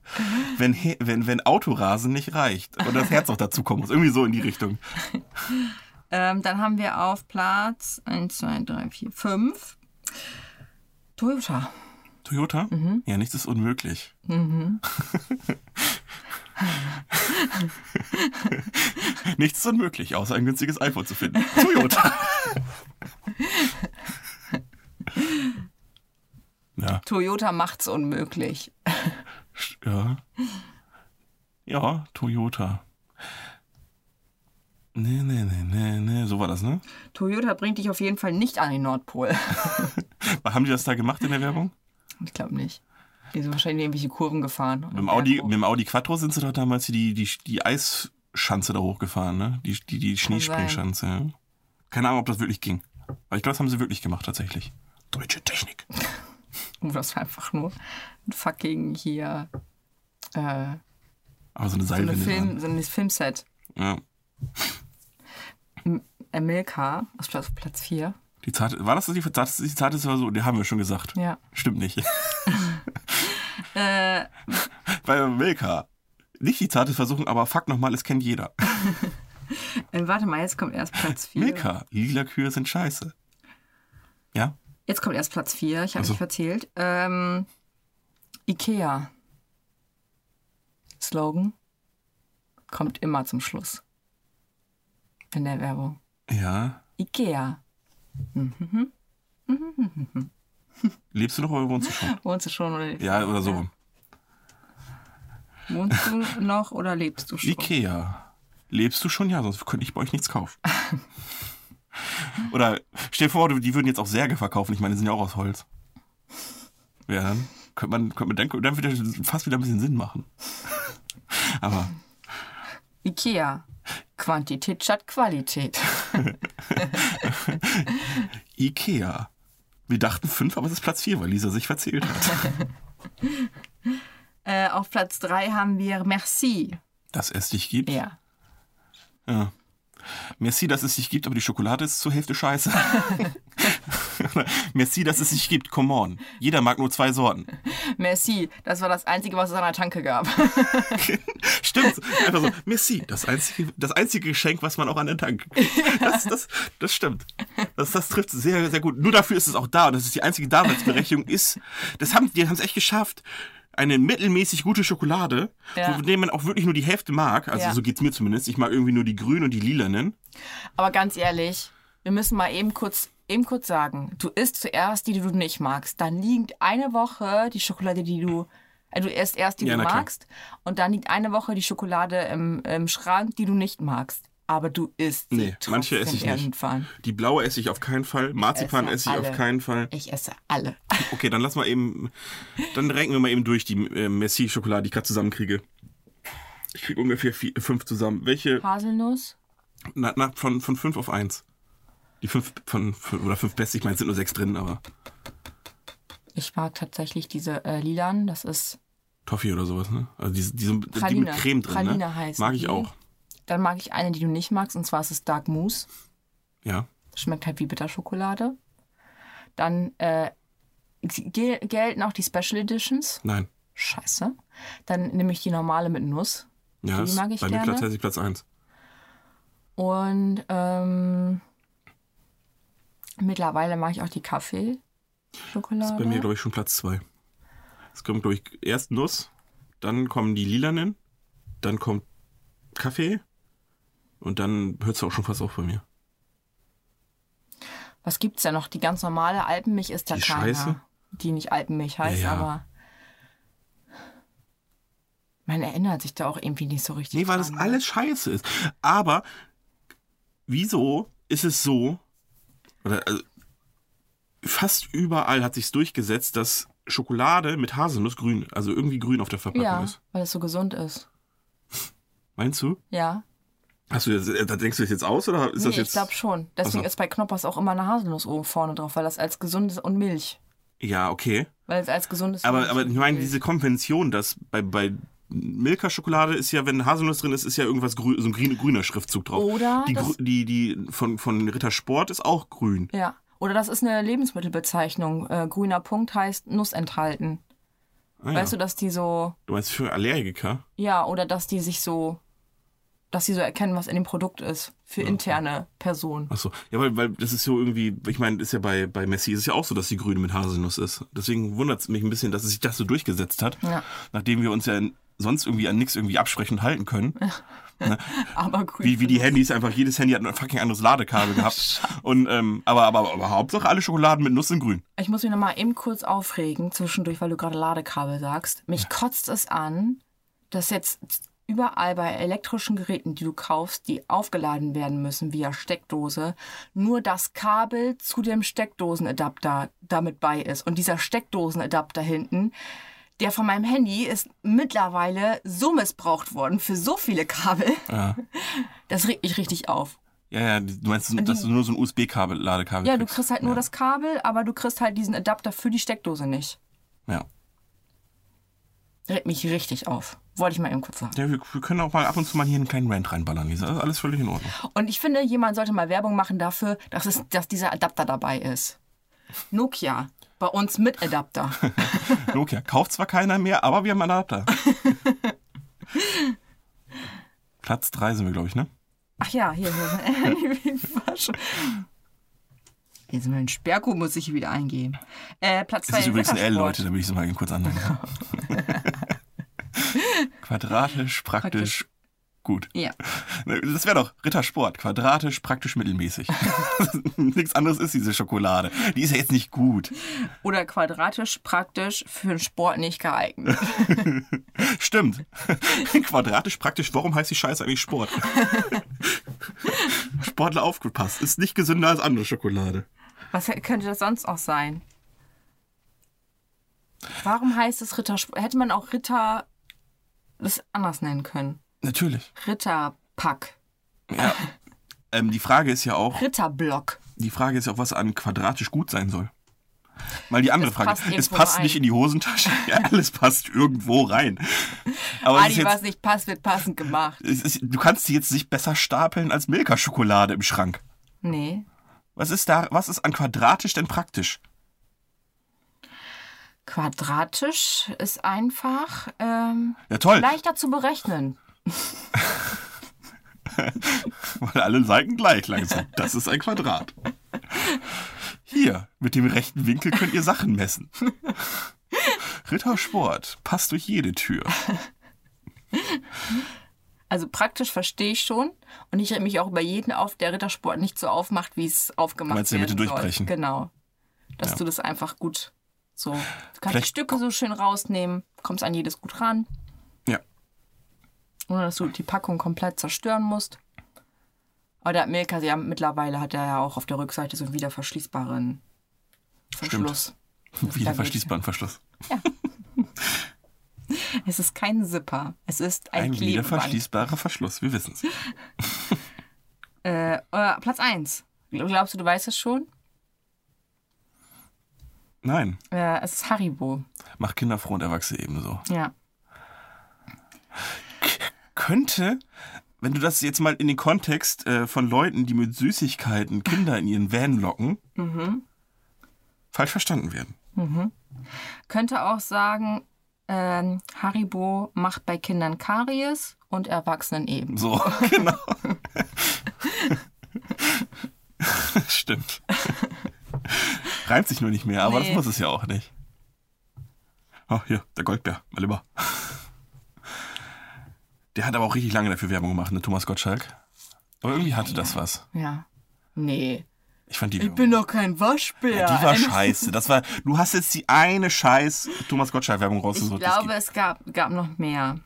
Wenn, He- wenn, wenn Autorasen nicht reicht und das Herz noch dazu kommen muss. Irgendwie so in die Richtung.
ähm, dann haben wir auf Platz 1, 2, 3, 4, 5 Toyota.
Toyota? Ja, nichts ist unmöglich. nichts ist unmöglich, außer ein günstiges iPhone zu finden. Toyota. ja,
Toyota macht's unmöglich.
sch- ja. Ja, Toyota. Nee, nee, nee, nee, nee, so war das, ne?
Toyota bringt dich auf jeden Fall nicht an den Nordpol.
Haben die das da gemacht in der Werbung?
Ich glaube nicht. Die sind wahrscheinlich irgendwelche Kurven gefahren.
Mit dem, Audi, mit dem Audi Quattro sind sie doch damals die, die, die Eisschanze da hochgefahren, ne? Die, die, die Schneespringschanze. ja. Keine Ahnung, ob das wirklich ging. Aber ich glaube, das haben sie wirklich gemacht, tatsächlich. Deutsche Technik.
Und das war einfach nur ein fucking hier äh,
Aber so eine
so, eine
Seilwinde.
Film, so ein Filmset.
dran. Ja.
Emilka ist Platz, Platz 4.
Die zarte, war das die, das, die zarte war so? Die haben wir schon gesagt.
Ja.
Stimmt nicht.
Äh,
Bei Milka. Nicht die zarte Versuchung, aber fuck nochmal, es kennt jeder.
äh, warte mal, jetzt kommt erst Platz 4.
Milka, lila Kühe sind scheiße. Ja?
Jetzt kommt erst Platz 4, ich habe
Ach so.
mich verzählt. Ähm, Ikea. Slogan kommt immer zum Schluss. In der Werbung.
Ja.
Ikea.
Lebst du noch oder wohnst du schon?
Wohnst du schon oder
Ja, oder so.
wohnst du noch oder lebst du schon?
Ikea. Lebst du schon? Ja, sonst könnte ich bei euch nichts kaufen. Oder stell dir vor, du- die würden jetzt auch Särge verkaufen. Ich meine, die sind ja auch aus Holz. Ja, dann könnte man, könnte man dann, dann würde das fast wieder ein bisschen Sinn machen. Aber
Ikea. Quantität statt Qualität.
Ikea. Wir dachten fünf, aber es ist Platz vier, weil Lisa sich verzählt hat.
Äh, auf Platz 3 haben wir Merci.
Dass es dich gibt.
Ja.
Ja. Merci, dass es dich gibt, aber die Schokolade ist zur Hälfte scheiße. Merci, dass es dich gibt. Come on. Jeder mag nur zwei Sorten.
Merci. Das war das Einzige, was es an der Tanke gab.
Stimmt. Einfach so, Messi, das einzige, das einzige Geschenk, was man auch an den Tank kriegt. Das, das, das stimmt. Das, das trifft sehr, sehr gut. Nur dafür ist es auch da. Und das ist die einzige Daseinsberechtigung ist, das haben, die haben es echt geschafft. Eine mittelmäßig gute Schokolade,
Ja.
von der man auch wirklich nur die Hälfte mag. Also
Ja.
so geht's mir zumindest. Ich mag irgendwie nur die grünen und die lilanen.
Aber ganz ehrlich, wir müssen mal eben kurz, eben kurz sagen, du isst zuerst die, die du nicht magst. Dann liegt eine Woche die Schokolade, die du, äh, du isst erst die
Ja,
du
na klar.
magst und dann liegt eine Woche die Schokolade im, im Schrank, die du nicht magst. Aber du isst sie
Nee, manche esse ich
trotzdem
nicht.
irgendwann.
Die blaue esse ich auf keinen Fall. Marzipan
Esse
esse ich
alle.
auf keinen Fall.
Ich esse alle.
Okay, dann lass mal eben. Dann renken wir mal eben durch die äh, Messi-Schokolade, die ich gerade zusammenkriege. Ich krieg ungefähr vier, fünf zusammen. Welche?
Haselnuss?
Na, na, von, von fünf auf eins. Die fünf von fün- oder fünf beste, ich meine, es sind nur sechs drin, aber
Ich mag tatsächlich diese äh, lilan, das ist,
Toffee oder sowas, ne? Also diese, diese die
Praline.
mit Creme drin,
Praline
ne?
heißen
Mag ich
die.
auch.
dann mag ich eine, die du nicht magst, und zwar ist es Dark Mousse.
Ja.
Schmeckt halt wie Bitterschokolade. Dann äh, gel gelten auch die Special Editions.
Nein.
Scheiße. Dann nehme ich die normale mit Nuss.
Ja,
Die
ist
mag ich
bei mir
gerne.
tatsächlich Platz eins.
Und ähm, mittlerweile mache ich auch die
Das ist bei mir,
Kaffee-Schokolade.
glaube ich, schon Platz zwei. Es kommt, glaube ich, erst Nuss, dann kommen die Lilanen, dann kommt Kaffee und dann hört es auch schon fast auf bei mir.
Was gibt's da noch? Die ganz normale Alpenmilch ist da
Die
keiner.
Scheiße?
Die nicht Alpenmilch heißt,
Ja, ja.
aber man erinnert sich da auch irgendwie nicht so richtig.
Nee, weil das
dran, ne?
alles scheiße ist. Aber wieso ist es so, oder also, fast überall hat sich durchgesetzt, dass Schokolade mit Haselnuss grün, also irgendwie grün auf der Verpackung
Ja,
ist.
weil es so gesund ist.
Meinst du?
Ja,
Hast du das, äh, da denkst du das jetzt aus oder ist
nee,
das jetzt? also
ich glaube schon. Deswegen
Ach so.
ist bei Knoppers auch immer eine Haselnuss oben vorne drauf, weil das als gesundes und Milch.
Ja, okay.
Weil es als gesundes
Aber,
Milch
aber ich meine,
gilt.
diese Konvention, dass bei, bei Milka-Schokolade ist ja, wenn Haselnuss drin ist, ist ja irgendwas grün, so ein grüner, grüner Schriftzug drauf.
Oder
die,
Oh, das-
grü- die, die von, von Ritter Sport ist auch grün.
Ja. Oder das ist eine Lebensmittelbezeichnung. Äh, grüner Punkt heißt Nuss enthalten.
Ah,
Weißt du,
ja.
dass die so,
du meinst für Allergiker?
ja, oder dass die sich so, dass sie so erkennen, was in dem Produkt ist. Für interne Personen.
Achso, ja, weil, weil das ist so irgendwie, ich meine, ist ja bei, bei Messi ist es ja auch so, dass die Grüne mit Haselnuss ist. Deswegen wundert es mich ein bisschen, dass es sich das so durchgesetzt hat,
Ja.
nachdem wir uns ja sonst irgendwie an nichts irgendwie absprechen und halten können.
Aber grün.
Wie, wie die Handys einfach, jedes Handy hat ein fucking anderes Ladekabel gehabt. und, ähm, aber, aber, aber Hauptsache alle Schokoladen mit Nuss sind grün.
Ich muss mich nochmal eben kurz aufregen, zwischendurch, weil du gerade Ladekabel sagst. Mich kotzt es an, dass jetzt überall bei elektrischen Geräten, die du kaufst, die aufgeladen werden müssen via Steckdose, nur das Kabel zu dem Steckdosenadapter damit bei ist. Und dieser Steckdosenadapter hinten, der von meinem Handy ist mittlerweile so missbraucht worden für so viele Kabel.
Ja,
Das regt mich richtig auf.
ja, ja die- du meinst, dass du nur so ein USB-Ladekabel
Ja, du kriegst halt nur das Kabel, aber du kriegst halt diesen Adapter für die Steckdose nicht. halt
Ja.
regt mich richtig auf. Wollte ich mal eben kurz sagen.
ja wir, wir können auch mal ab und zu mal hier einen kleinen Rant reinballern, Lisa. Das ist alles völlig in Ordnung.
Und ich finde, jemand sollte mal Werbung machen dafür, dass, es, dass dieser Adapter dabei ist. Nokia, bei uns mit Adapter.
Nokia kauft zwar keiner mehr, aber wir haben einen Adapter. Platz 3 sind wir, glaube ich, ne?
Ach ja, hier. hier. Jetzt mein Sperrkuh muss ich hier wieder eingeben. Äh, Platz 2.
Das ist übrigens ein L, Leute, da will ich es mal eben kurz anmerken. Genau. quadratisch, praktisch, gut. Ne,
Ja.
Das wäre doch Rittersport. Quadratisch, praktisch, mittelmäßig. Nichts anderes ist diese Schokolade. Die ist ja jetzt nicht gut.
Oder quadratisch, praktisch, für den Sport nicht geeignet.
Stimmt. quadratisch, praktisch, warum heißt die Scheiße eigentlich Sport? Sportler aufgepasst. Ist nicht gesünder als andere Schokolade.
Was könnte das sonst auch sein? Warum heißt es Rittersport? Hätte man auch Ritter das anders nennen können?
Natürlich.
Ritterpack,
Ja. Ähm, die Frage ist ja auch,
Ritterblock.
die Frage ist ja auch, was an quadratisch gut sein soll. Mal die andere
Es
Frage.
passt
es
irgendwo
passt
rein.
nicht in die Hosentasche. Ja, alles passt irgendwo rein. Aber es ist
Adi, was
jetzt,
Ah, nicht passt, wird passend gemacht.
es ist, du kannst sie jetzt nicht besser stapeln als Milka-Schokolade im Schrank.
Nee.
Was ist da, was ist an quadratisch denn praktisch?
Quadratisch ist einfach ähm,
Ja, toll,
leichter zu berechnen.
weil alle Seiten gleich lang sind. Das ist ein Quadrat. Hier, mit dem rechten Winkel könnt ihr Sachen messen. Rittersport passt durch jede Tür.
Also praktisch verstehe ich schon. Und ich rede mich auch über jeden auf, der Rittersport nicht so aufmacht, wie es aufgemacht
Meinst du,
werden
der Mitte
soll.
durchbrechen?
Genau. Dass
Ja.
du das einfach gut so. Du kannst
Vielleicht-
die Stücke so schön rausnehmen, kommst an jedes gut ran,
Ja.
ohne dass du die Packung komplett zerstören musst. Aber der hat Milka, ja, mittlerweile hat er ja auch auf der Rückseite so einen wieder verschließbaren Verschluss.
Wieder
geht-
verschließbaren Verschluss.
Es ist kein Zipper, es ist ein,
Ein wieder
Klebeband.
verschließbarer Verschluss, wir wissen es.
Äh, äh, Platz 1. Glaubst du, du weißt es schon?
Nein,
Äh, es ist Haribo.
macht Kinder froh und Erwachsene ebenso.
Ja.
Könnte, wenn du das jetzt mal in den Kontext äh, von Leuten, die mit Süßigkeiten Kinder in ihren Van locken,
Mhm.
falsch verstanden werden.
Könnte auch sagen, ähm, Haribo macht bei Kindern Karies und Erwachsenen eben.
So, genau. Stimmt. Reimt sich nur nicht mehr, aber
Nee.
das muss es ja auch nicht. Oh, hier, der Goldbär, mal lieber. Der hat aber auch richtig lange dafür Werbung gemacht, ne, Thomas Gottschalk. Aber irgendwie hatte das was.
Ja. Nee.
Ich fand die
Ich
Werbung.
bin doch kein Waschbär.
die war scheiße. Das war, du hast jetzt die eine scheiß Thomas Gottschalk-Werbung
Ich
rausgesucht. die es
glaube,
gibt.
es gab, gab noch mehr.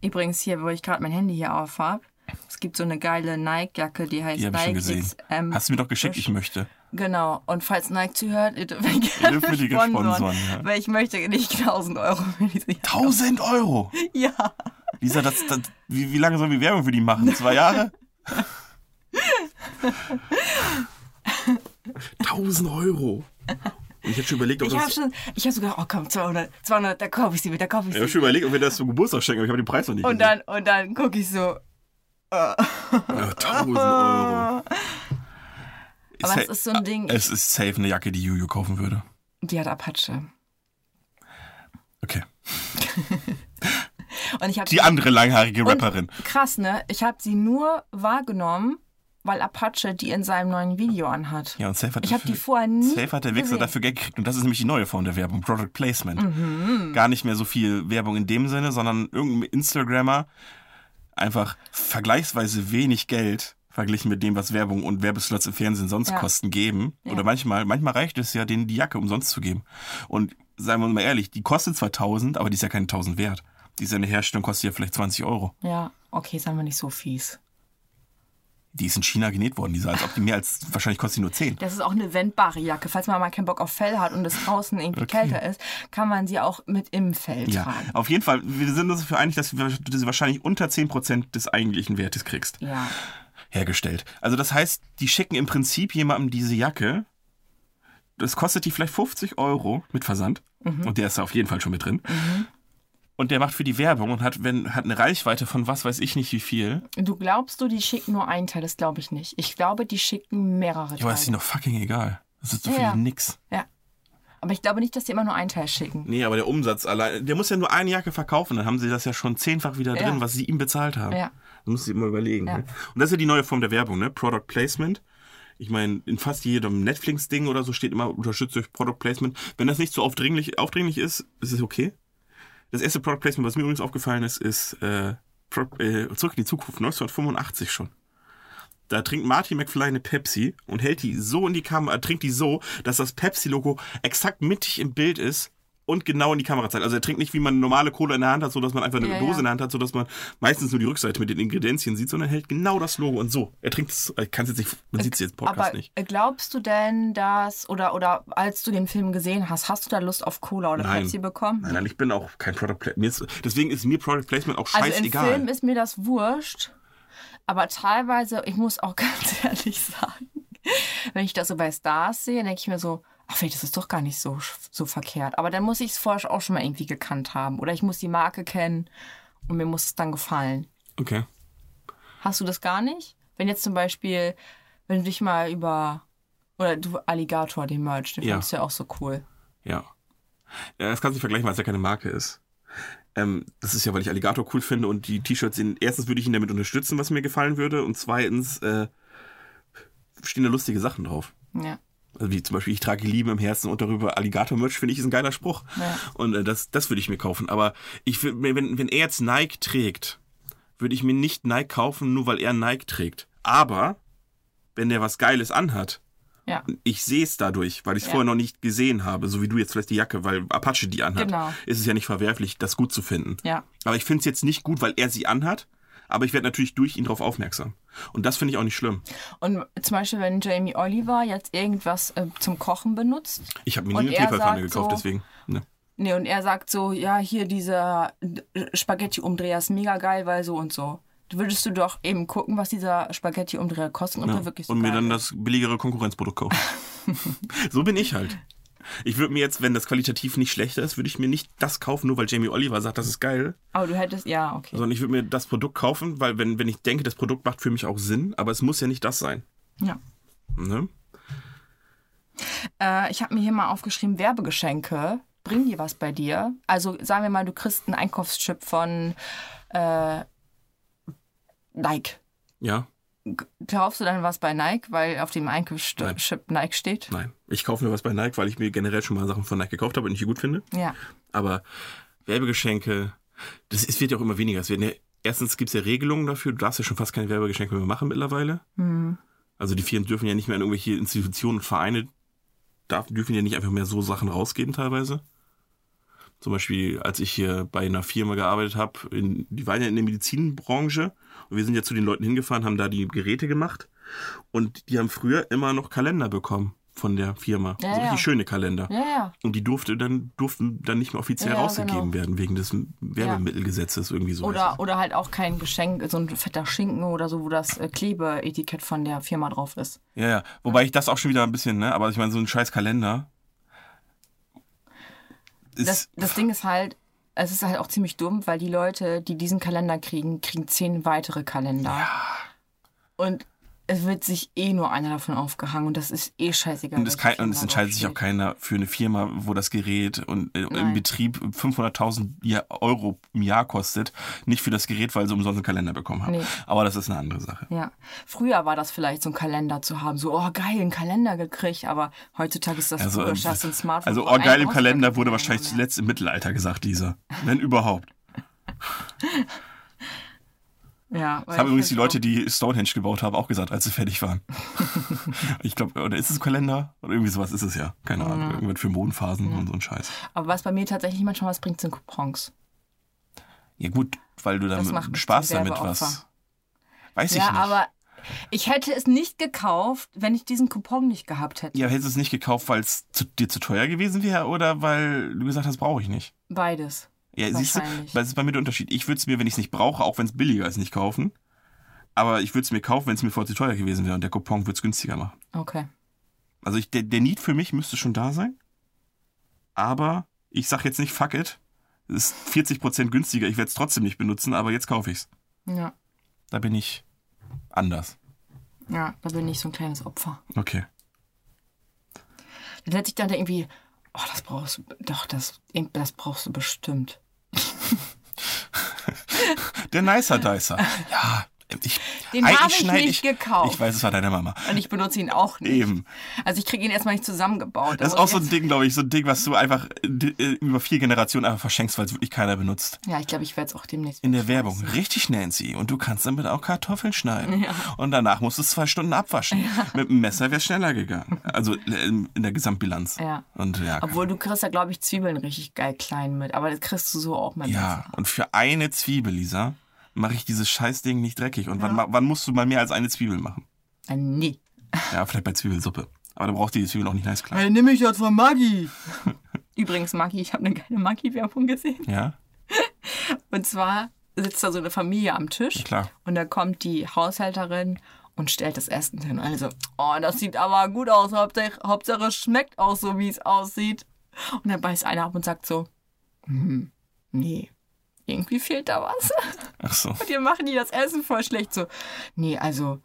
Übrigens hier, wo ich gerade mein Handy hier auf habe, es gibt so eine geile Nike-Jacke, die heißt
die habe ich schon
Nike
gesehen.
XM.
Hast du mir doch geschickt, ich möchte.
Genau. Und falls Nike zuhört, ihr dürft mich
Ihr
gerne
dürft mir die gerne
sponsoren.
sponsoren, ja.
Weil ich möchte nicht 1000 Euro für diese Jacke.
1000 Euro!
Ja.
Lisa, das, das, wie, wie lange sollen wir Werbung für die machen? Zwei Jahre? 1000 Euro. Und ich habe schon überlegt, ob
Ich habe schon, ich habe sogar, oh komm, 200, 200, da kaufe ich sie mit, da kaufe ich
Ich
sie.
habe schon überlegt, ob wir das zum Geburtstag schenken, aber ich habe den Preis noch nicht.
und dann, und dann gucke ich so.
gesehen. Ja, 1000 Ah, Euro.
Aber das ist so ein Ding,
Es ist safe eine Jacke, die Juju kaufen würde.
die hat Apache.
Okay.
Und ich habe
Die andere langhaarige Rapperin.
krass, ne? Ich habe sie nur wahrgenommen, weil Apache die in seinem neuen Video anhat.
Ja, und safe hat
Ich habe
dafür-
die vorher nie.
Safe hat der Wichser
gesehen.
dafür Geld gekriegt und das ist nämlich die neue Form der Werbung, Product Placement.
Mhm.
Gar nicht mehr so viel Werbung in dem Sinne, sondern irgendein Instagrammer einfach vergleichsweise wenig Geld verglichen mit dem, was Werbung und Werbeslots im Fernsehen sonst
Ja.
kosten geben.
Ja.
Oder manchmal, manchmal reicht es ja, denen die Jacke umsonst zu geben. Und seien wir uns mal ehrlich, die kostet zwar 1000, aber die ist ja keine 1000 wert. Die ist ja eine Herstellung, kostet ja vielleicht 20 Euro.
Ja, okay, sagen wir nicht so fies.
Die ist in China genäht worden, diese, als ob die mehr als, wahrscheinlich kostet die nur 10.
Das ist auch eine wendbare Jacke. Falls man mal keinen Bock auf Fell hat und es draußen irgendwie
Okay.
kälter ist, kann man sie auch mit im Fell
Ja,
tragen.
auf jeden Fall, wir sind uns dafür einig, dass wir- du sie wahrscheinlich unter 10% des eigentlichen Wertes kriegst.
Ja.
Hergestellt. Also das heißt, die schicken im Prinzip jemandem diese Jacke. Das kostet die vielleicht 50 Euro mit Versand.
Mhm.
Und der ist da auf jeden Fall schon mit drin. Und der macht für die Werbung und hat, wenn, hat eine Reichweite von was weiß ich nicht wie viel.
Du glaubst du, die schicken nur einen Teil? Das glaube ich nicht. Ich glaube, die schicken mehrere
Ja, aber ist
Teile.
ihnen doch fucking egal. Das ist so
Ja,
viel
ja.
wie nix.
Aber ich glaube nicht, dass die immer nur einen Teil schicken.
Nee, aber der Umsatz allein, der muss ja nur eine Jacke verkaufen, dann haben sie das ja schon zehnfach wieder drin,
Ja.
was sie ihm bezahlt haben.
Ja.
Das muss ich mal überlegen.
Ja.
Ne? Und das ist ja die neue Form der Werbung, ne? Product Placement. Ich meine, in fast jedem Netflix-Ding oder so steht immer, unterstützt durch Product Placement. Wenn das nicht so aufdringlich, aufdringlich ist, ist es okay. Das erste Product Placement, was mir übrigens aufgefallen ist, ist äh, Pro- äh, Zurück in die Zukunft, 1985 schon. Da trinkt Marty McFly eine Pepsi und hält die so in die Kamera, äh, trinkt die so, dass das Pepsi-Logo exakt mittig im Bild ist und genau in die Kamera zeigt. Also er trinkt nicht, wie man eine normale Cola in der Hand hat, so dass man einfach eine
Ja,
Dose
ja.
in der Hand hat, so dass man meistens nur die Rückseite mit den Ingredienzien sieht, sondern hält genau das Logo und so. Er trinkt es, ich kann es jetzt nicht, man sieht es jetzt im Podcast
Aber
nicht.
glaubst du denn, dass, oder, oder als du den Film gesehen hast, hast du da Lust auf Cola oder
Nein.
Pepsi bekommen?
Nein, nein, ich bin auch kein Product Placement. Deswegen ist mir Product Placement auch
also in
scheißegal.
Filmen ist mir das wurscht. Aber teilweise, ich muss auch ganz ehrlich sagen, wenn ich das so bei Stars sehe, denke ich mir so, ach, vielleicht ist es doch gar nicht so, sch- so verkehrt. Aber dann muss ich es vorher auch schon mal irgendwie gekannt haben. Oder ich muss die Marke kennen und mir muss es dann gefallen.
okay.
Hast du das gar nicht? Wenn jetzt zum Beispiel, wenn du dich mal über. Oder du Alligator, den Merch, den
Ja.
fandst du ja auch so cool.
Ja. ja das kannst du nicht vergleichen, weil es ja keine Marke ist. Ähm, das ist ja, weil ich Alligator cool finde und die T-Shirts sind. Erstens würde ich ihn damit unterstützen, was mir gefallen würde. Und zweitens äh, stehen da lustige Sachen drauf.
Ja.
Also wie zum Beispiel, ich trage Liebe im Herzen und darüber Alligator-Merch, finde ich, ist ein geiler Spruch.
Ja.
Und äh, das, das würde ich mir kaufen. Aber ich, wür- wenn, wenn er jetzt Nike trägt, würde ich mir nicht Nike kaufen, nur weil er Nike trägt. Aber wenn der was Geiles anhat,
Ja.
ich sehe es dadurch, weil ich es
Ja.
vorher noch nicht gesehen habe, so wie du jetzt vielleicht die Jacke, weil Apache die anhat,
Genau.
ist es ja nicht verwerflich, das gut zu finden.
Ja.
Aber ich finde es jetzt nicht gut, weil er sie anhat, aber ich werde natürlich durch ihn darauf aufmerksam. Und das finde ich auch nicht schlimm.
Und zum Beispiel, wenn Jamie Oliver jetzt irgendwas äh, zum Kochen benutzt,
Ich habe mir
Und
nie eine
er
Tefalpfanne
sagt
gekauft,
so-
deswegen. Ne.
nee, und er sagt so, ja, hier dieser äh, Spaghetti-Umdreher ist mega geil, weil so und so. Würdest du doch eben gucken, was dieser Spaghetti-Umdreher kostet und ob
Ja.
der wirklich so
Und mir
geil
dann
ist.
das billigere Konkurrenzprodukt kaufen. so bin ich halt. Ich würde mir jetzt, wenn das qualitativ nicht schlechter ist, würde ich mir nicht das kaufen, nur weil Jamie Oliver sagt, das ist geil,
Aber du hättest, ja, okay.
sondern ich würde mir das Produkt kaufen, weil wenn, wenn ich denke, das Produkt macht für mich auch Sinn, aber es muss ja nicht das sein.
Ja.
Ne?
Äh, ich habe mir hier mal aufgeschrieben, Werbegeschenke. Bringen die was bei dir? Also sagen wir mal, du kriegst einen Einkaufschip von äh, Nike.
Ja,
Kaufst du dann was bei Nike, weil auf dem Einkaufschip Nike steht?
nein. Ich kaufe mir was bei Nike, weil ich mir generell schon mal Sachen von Nike gekauft habe und ich die gut finde.
Ja.
Aber Werbegeschenke, das ist, wird ja auch immer weniger. Es werden ja, erstens gibt es ja Regelungen dafür, du darfst ja schon fast keine Werbegeschenke mehr machen mittlerweile.
Hm.
Also die Firmen dürfen ja nicht mehr an irgendwelche Institutionen und Vereine, darf, dürfen ja nicht einfach mehr so Sachen rausgeben teilweise. Zum Beispiel, als ich hier bei einer Firma gearbeitet habe, in, die waren ja in der Medizinbranche und wir sind ja zu den Leuten hingefahren, haben da die Geräte gemacht und die haben früher immer noch Kalender bekommen von der Firma.
Ja,
so richtig
ja.
schöne Kalender.
Ja, ja.
Und die durfte dann, durften dann nicht mehr offiziell
Ja,
rausgegeben
genau.
werden, wegen des Werbemittelgesetzes, irgendwie so. heißt
Oder, oder halt auch kein Geschenk, so ein fetter Schinken oder so, wo das äh, Klebeetikett von der Firma drauf ist.
es. Ja, ja. Wobei ich das auch schon wieder ein bisschen, ne? Aber ich meine, so ein scheiß Kalender ist.
Das, das Ding ist halt, es ist halt auch ziemlich dumm, weil die Leute, die diesen Kalender kriegen, kriegen zehn weitere Kalender. Und es wird sich eh nur einer davon aufgehangen und das ist eh scheißegal.
und es,
welche
kei- und es
Firma
entscheidet sich auch
draufsteht.
keiner für eine Firma, wo das Gerät und äh, im
Nein.
Betrieb 500.000 Ja- Euro im Jahr kostet, nicht für das Gerät, weil sie umsonst einen Kalender bekommen haben.
Nee.
Aber das ist eine andere Sache.
Ja, früher war das vielleicht so ein Kalender zu haben, so, oh geil, einen Kalender gekriegt, aber heutzutage ist das
Also,
also, du hast ein Smartphone.
also
wo
oh,
ein
geil im
Ausdruck
Kalender
drin
wurde
ist.
wahrscheinlich zuletzt im Mittelalter gesagt, dieser. Wenn überhaupt.
Ja,
Das haben übrigens die
halt
Leute, die Stonehenge gebaut haben, auch gesagt, als sie fertig waren. ich glaube, oder ist es ein Kalender? Oder irgendwie sowas ist es ja. Keine Ahnung. Irgendwas für Mondphasen und so ein Scheiß.
Aber was bei mir tatsächlich manchmal was bringt, sind Coupons.
Ja, gut, weil du
Das macht
dann
mich
Spaß
zum
damit was.
Werbeopfer.
Weiß ich
ja,
nicht.
aber ich hätte es nicht gekauft, wenn ich diesen Coupon nicht gehabt hätte.
ja, hättest du es nicht gekauft, weil es zu, dir zu teuer gewesen wäre oder weil du gesagt hast, brauche ich nicht?
Beides.
Ja, siehst du,
Wahrscheinlich.
das ist bei mir der Unterschied. Ich würde es mir, wenn ich es nicht brauche, auch wenn es billiger ist, nicht kaufen. Aber ich würde es mir kaufen, wenn es mir vorher zu teuer gewesen wäre und der Coupon würde es günstiger machen.
Okay.
Also ich, der, der Need für mich müsste schon da sein. Aber ich sag jetzt nicht, fuck it. Es ist 40% günstiger, ich werde es trotzdem nicht benutzen, aber jetzt kaufe ich's.
Ja.
Da bin ich anders.
Ja, da bin ich so ein kleines Opfer.
Okay.
Dann hätte ich dann da irgendwie, oh, das brauchst du, doch, das, das brauchst du bestimmt.
Der Nicer Dicer. Ja, ich.
Den
eigentlich
habe ich
schneid
nicht gekauft.
Ich weiß, es war deine Mama.
Und ich benutze ihn auch nicht.
Eben.
Also ich kriege ihn erstmal nicht zusammengebaut. Da
Das ist
muss
auch
ich
so ein Ding, glaube ich, so ein Ding, was du einfach äh, über vier Generationen einfach verschenkst, weil es wirklich keiner benutzt.
jetzt- Ja, ich glaube, ich werde es auch demnächst.
In der Werbung. Richtig, Nancy. Und du kannst damit auch Kartoffeln schneiden. Und danach musst du es zwei Stunden abwaschen. Mit dem Messer wäre schneller gegangen. Also ähm, in der Gesamtbilanz.
Ja.
Und ja,
Obwohl du kriegst da, glaube ich, Zwiebeln richtig geil klein mit. Aber das kriegst du so auch mal.
ja. Und für eine Zwiebel, Lisa, mache ich dieses Scheißding nicht dreckig. Und wann, ma- wann musst du mal mehr als eine Zwiebel machen?
Äh, nee.
Ja, vielleicht bei Zwiebelsuppe. Aber da brauchst du die Zwiebel auch nicht nice klein.
nimm mich jetzt von Maggi. Übrigens, Maggi, ich habe eine geile Maggi-Werbung gesehen.
Ja,
Und zwar sitzt da so eine Familie am Tisch.
klar.
Und da kommt die Haushälterin und stellt das Essen hin. Also, oh, das sieht aber gut aus. Hauptsache, Hauptsache es schmeckt auch so, wie es aussieht. Und dann beißt einer ab und sagt so, hm, nee, irgendwie fehlt da was.
Ach so.
Und ihr machen die das Essen voll schlecht. So, nee, also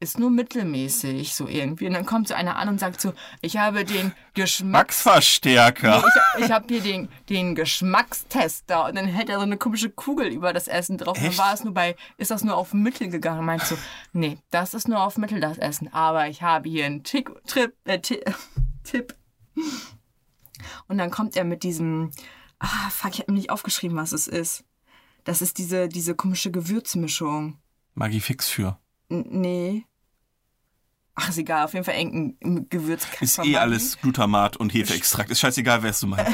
ist nur mittelmäßig so irgendwie. Und dann kommt so einer an und sagt so, ich habe den Geschmack
Max-Verstärker.
ich, ich habe hier den, den Geschmackstester und dann hält er so eine komische Kugel über das Essen drauf. Dann
Echt?
war es nur bei, ist das nur auf Mittel gegangen? Und Meinst du, nee, das ist nur auf Mittel das Essen. Aber ich habe hier einen Tick, Trip, äh, Ti- Tipp. Und dann kommt er mit diesem, ah, fuck, ich habe mir nicht aufgeschrieben, was es ist. Das ist diese, diese komische Gewürzmischung.
Magifix für.
N nee. Ach, ist egal, auf jeden Fall irgendein Gewürz.
Ist eh alles Glutamat und Hefeextrakt. Ist scheißegal, wer es du meinst.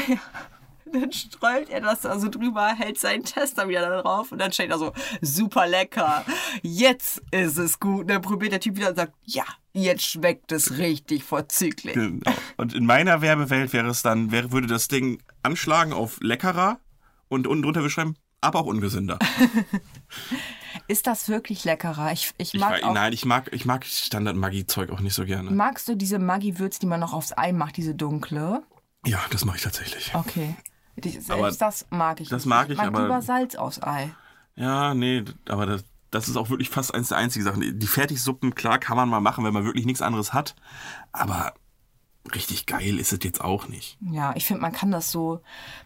Dann streut er das da so drüber, hält seinen Tester wieder da drauf und dann steht da so, super lecker, jetzt ist es gut. Und dann probiert der Typ wieder und sagt, ja, jetzt schmeckt es richtig vorzüglich.
Genau. Und in meiner Werbewelt wäre es dann, wäre, würde das Ding anschlagen auf leckerer und unten drunter würde schreiben, aber auch ungesünder.
Ist das wirklich leckerer? Ich, ich
Ich,
mag
wei-
auch,
nein, ich mag, ich mag Standard-Maggi-Zeug auch nicht so gerne.
Magst du diese Maggi-Würze, die man noch aufs Ei macht, diese dunkle?
ja, das mache ich tatsächlich.
Okay. Die- Selbst
Aber
das mag ich.
das
nicht.
mag ich,
mag
aber-
lieber Salz aufs Ei.
Ja, nee, aber das, das ist auch wirklich fast eins der einzigen Sachen. Die- Die Fertigsuppen, klar, kann man mal machen, wenn man wirklich nichts anderes hat. Aber richtig geil ist es jetzt auch nicht.
Ja, ich finde, man kann das so,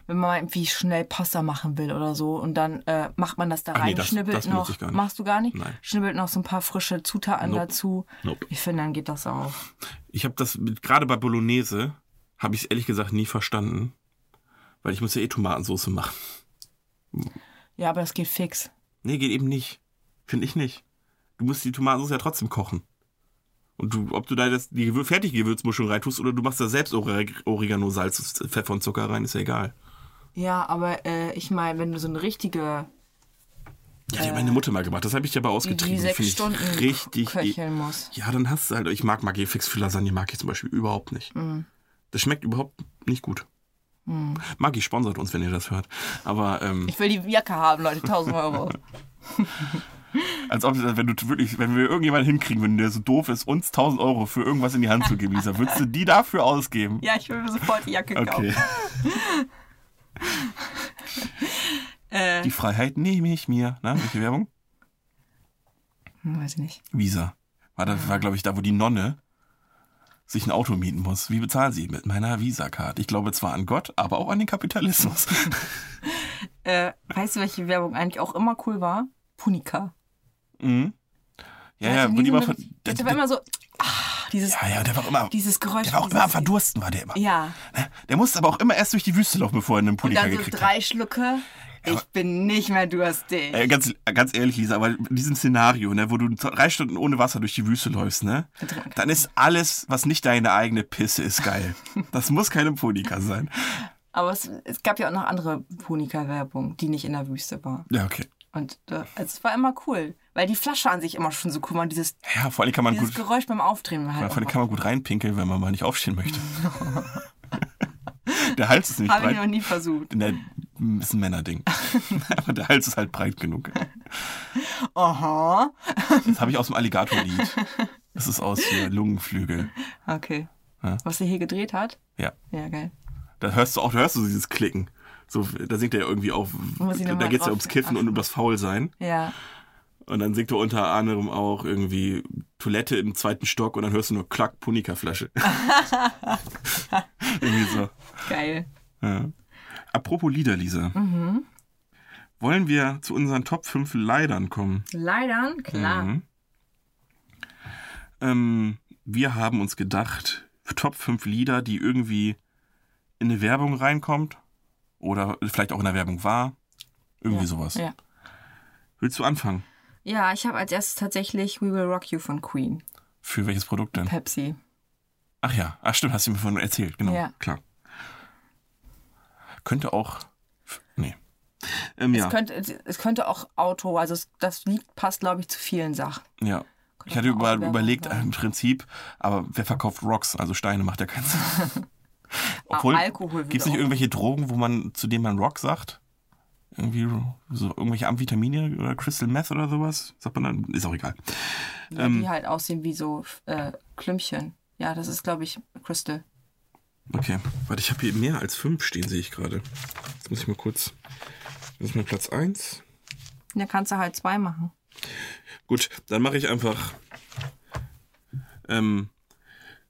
wenn man mal irgendwie schnell Pasta machen will oder so, und dann äh, macht man das da
Ach
rein,
nee, das-
schnibbelt
das benutze
noch.
ich gar nicht.
Machst du gar nicht?
Nein.
Schnibbelt noch so ein paar frische Zutaten
Nope.
dazu.
Nope.
Ich finde, dann geht das auch.
Ich habe das, mit- gerade bei Bolognese, habe ich es ehrlich gesagt nie verstanden. Weil ich muss ja eh Tomatensauce machen.
Ja, aber das geht fix.
Nee, geht eben nicht. Finde ich nicht. Du musst die Tomatensauce ja trotzdem kochen. Und du, ob du da das, die Gewür- fertige Gewürzmuschel reintust oder du machst da selbst Ore- Oregano, Salz, Pfeffer und Zucker rein, ist ja egal.
Ja, aber äh, ich meine, wenn du so eine richtige,
Ja, die hat meine Mutter mal gemacht. Das habe ich dir aber
die,
ausgetrieben.
die
Finde
sechs
ich
Stunden
richtig. e-
köcheln musst.
Ja, dann hast du halt. Ich mag Magifix für Lasagne, mag ich zum Beispiel überhaupt nicht. Das schmeckt überhaupt nicht gut. Maggi sponsert uns, wenn ihr das hört. Aber ähm,
Ich will die Jacke haben, Leute, 1000 Euro.
als ob, wenn du wirklich, wenn wir irgendjemanden hinkriegen würden, der so doof ist, uns 1000 Euro für irgendwas in die Hand zu geben, Lisa, würdest du die dafür ausgeben?
ja, ich will mir sofort die Jacke
Okay.
kaufen. Äh,
Die Freiheit nehme ich mir. Na, welche Werbung?
hm, weiß ich nicht.
Visa. War, das war glaube ich, da, wo die Nonne sich ein Auto mieten muss. Wie bezahlt sie? Mit meiner Visa-Card. Ich glaube zwar an Gott, aber auch an den Kapitalismus.
Äh, weißt du, welche Werbung eigentlich auch immer cool war? Punika.
mhm. Ja, ja,
hatte
wo
nie
die
so
immer
eine-
ver- der,
der, der war
der,
immer so, ah, dieses,
ja, ja, der war immer,
dieses Geräusch.
der war auch immer am Verdursten, war der immer.
Ja,
Ne? Der musste aber auch immer erst durch die Wüste laufen, bevor er einen
und
Punika
dann so
gekriegt hat.
drei Schlucke. Ich bin nicht mehr durstig.
Äh, ganz, ganz ehrlich, Lisa, aber in diesem Szenario, ne, wo du drei Stunden ohne Wasser durch die Wüste läufst, ne, dann ist alles, was nicht deine eigene Pisse ist, geil. Das muss keine Punika sein.
Aber es, es gab ja auch noch andere Punika-Werbung, die nicht in der Wüste war.
Ja, okay.
Und äh, es war immer cool, weil die Flasche an sich immer schon so cool war und dieses,
Ja, vor allem kann man
dieses
gut,
Geräusch beim Aufdrehen war
Ja,
halt.
vor allem
auch-
kann man gut reinpinkeln, wenn man mal nicht aufstehen möchte. der Hals ist nicht
Habe ich noch
breit.
nie versucht.
Ne, ist ein Männerding. Aber der Hals ist halt breit genug.
Aha.
Das habe ich aus dem Alligatorlied. Das ist aus hier, Lungenflügel.
Okay.
Ja.
Was er hier gedreht hat?
Ja.
Ja, geil.
Da hörst du auch, da hörst du dieses Klicken. So, da singt er ja irgendwie auf.
Muss ich noch
Da
mal
geht es ja
drauf-
ums Kiffen und um das Faulsein.
Ja.
Und dann singt er unter anderem auch irgendwie Toilette im zweiten Stock und dann hörst du nur Klack, Punika-Flasche. irgendwie so.
Geil.
Ja. Apropos Lieder, Lisa.
Mhm.
Wollen wir zu unseren Top 5 Leidern kommen?
Leider, klar.
Mhm. Ähm, wir haben uns gedacht, Top 5 Lieder, die irgendwie in eine Werbung reinkommt oder vielleicht auch in der Werbung war. Irgendwie sowas.
Ja.
Willst du anfangen?
Ja, ich habe als erstes tatsächlich We Will Rock You von Queen.
Für welches Produkt denn?
Pepsi.
Ach ja, ach stimmt, hast du mir vorhin erzählt, genau.
Ja.
Klar. Könnte auch. Nee. Ähm, ja.
Es, könnte, es könnte auch Auto, also es, das Lied passt, glaube ich, zu vielen Sachen.
Ja. Ich
auch
hatte
eine
über,
Werbung
überlegt,
sein.
im Prinzip, aber wer verkauft Rocks, also Steine macht ja keinen Sinn. Obwohl,
Ah, Alkohol würde
Gibt es nicht
auch-
irgendwelche Drogen, wo man, zu denen man Rock sagt? Irgendwie so irgendwelche Amphetamine oder Crystal Meth oder sowas? Sagt man dann, ist auch egal.
Ja,
Ähm.
die halt aussehen wie so äh, Klümpchen. Ja, das ist, glaube ich, Crystal.
Okay, warte, ich habe hier mehr als fünf stehen, sehe ich gerade. Jetzt muss ich mal kurz. Das ist mein Platz 1.
Da kannst du halt zwei machen.
Gut, dann mache ich einfach ähm,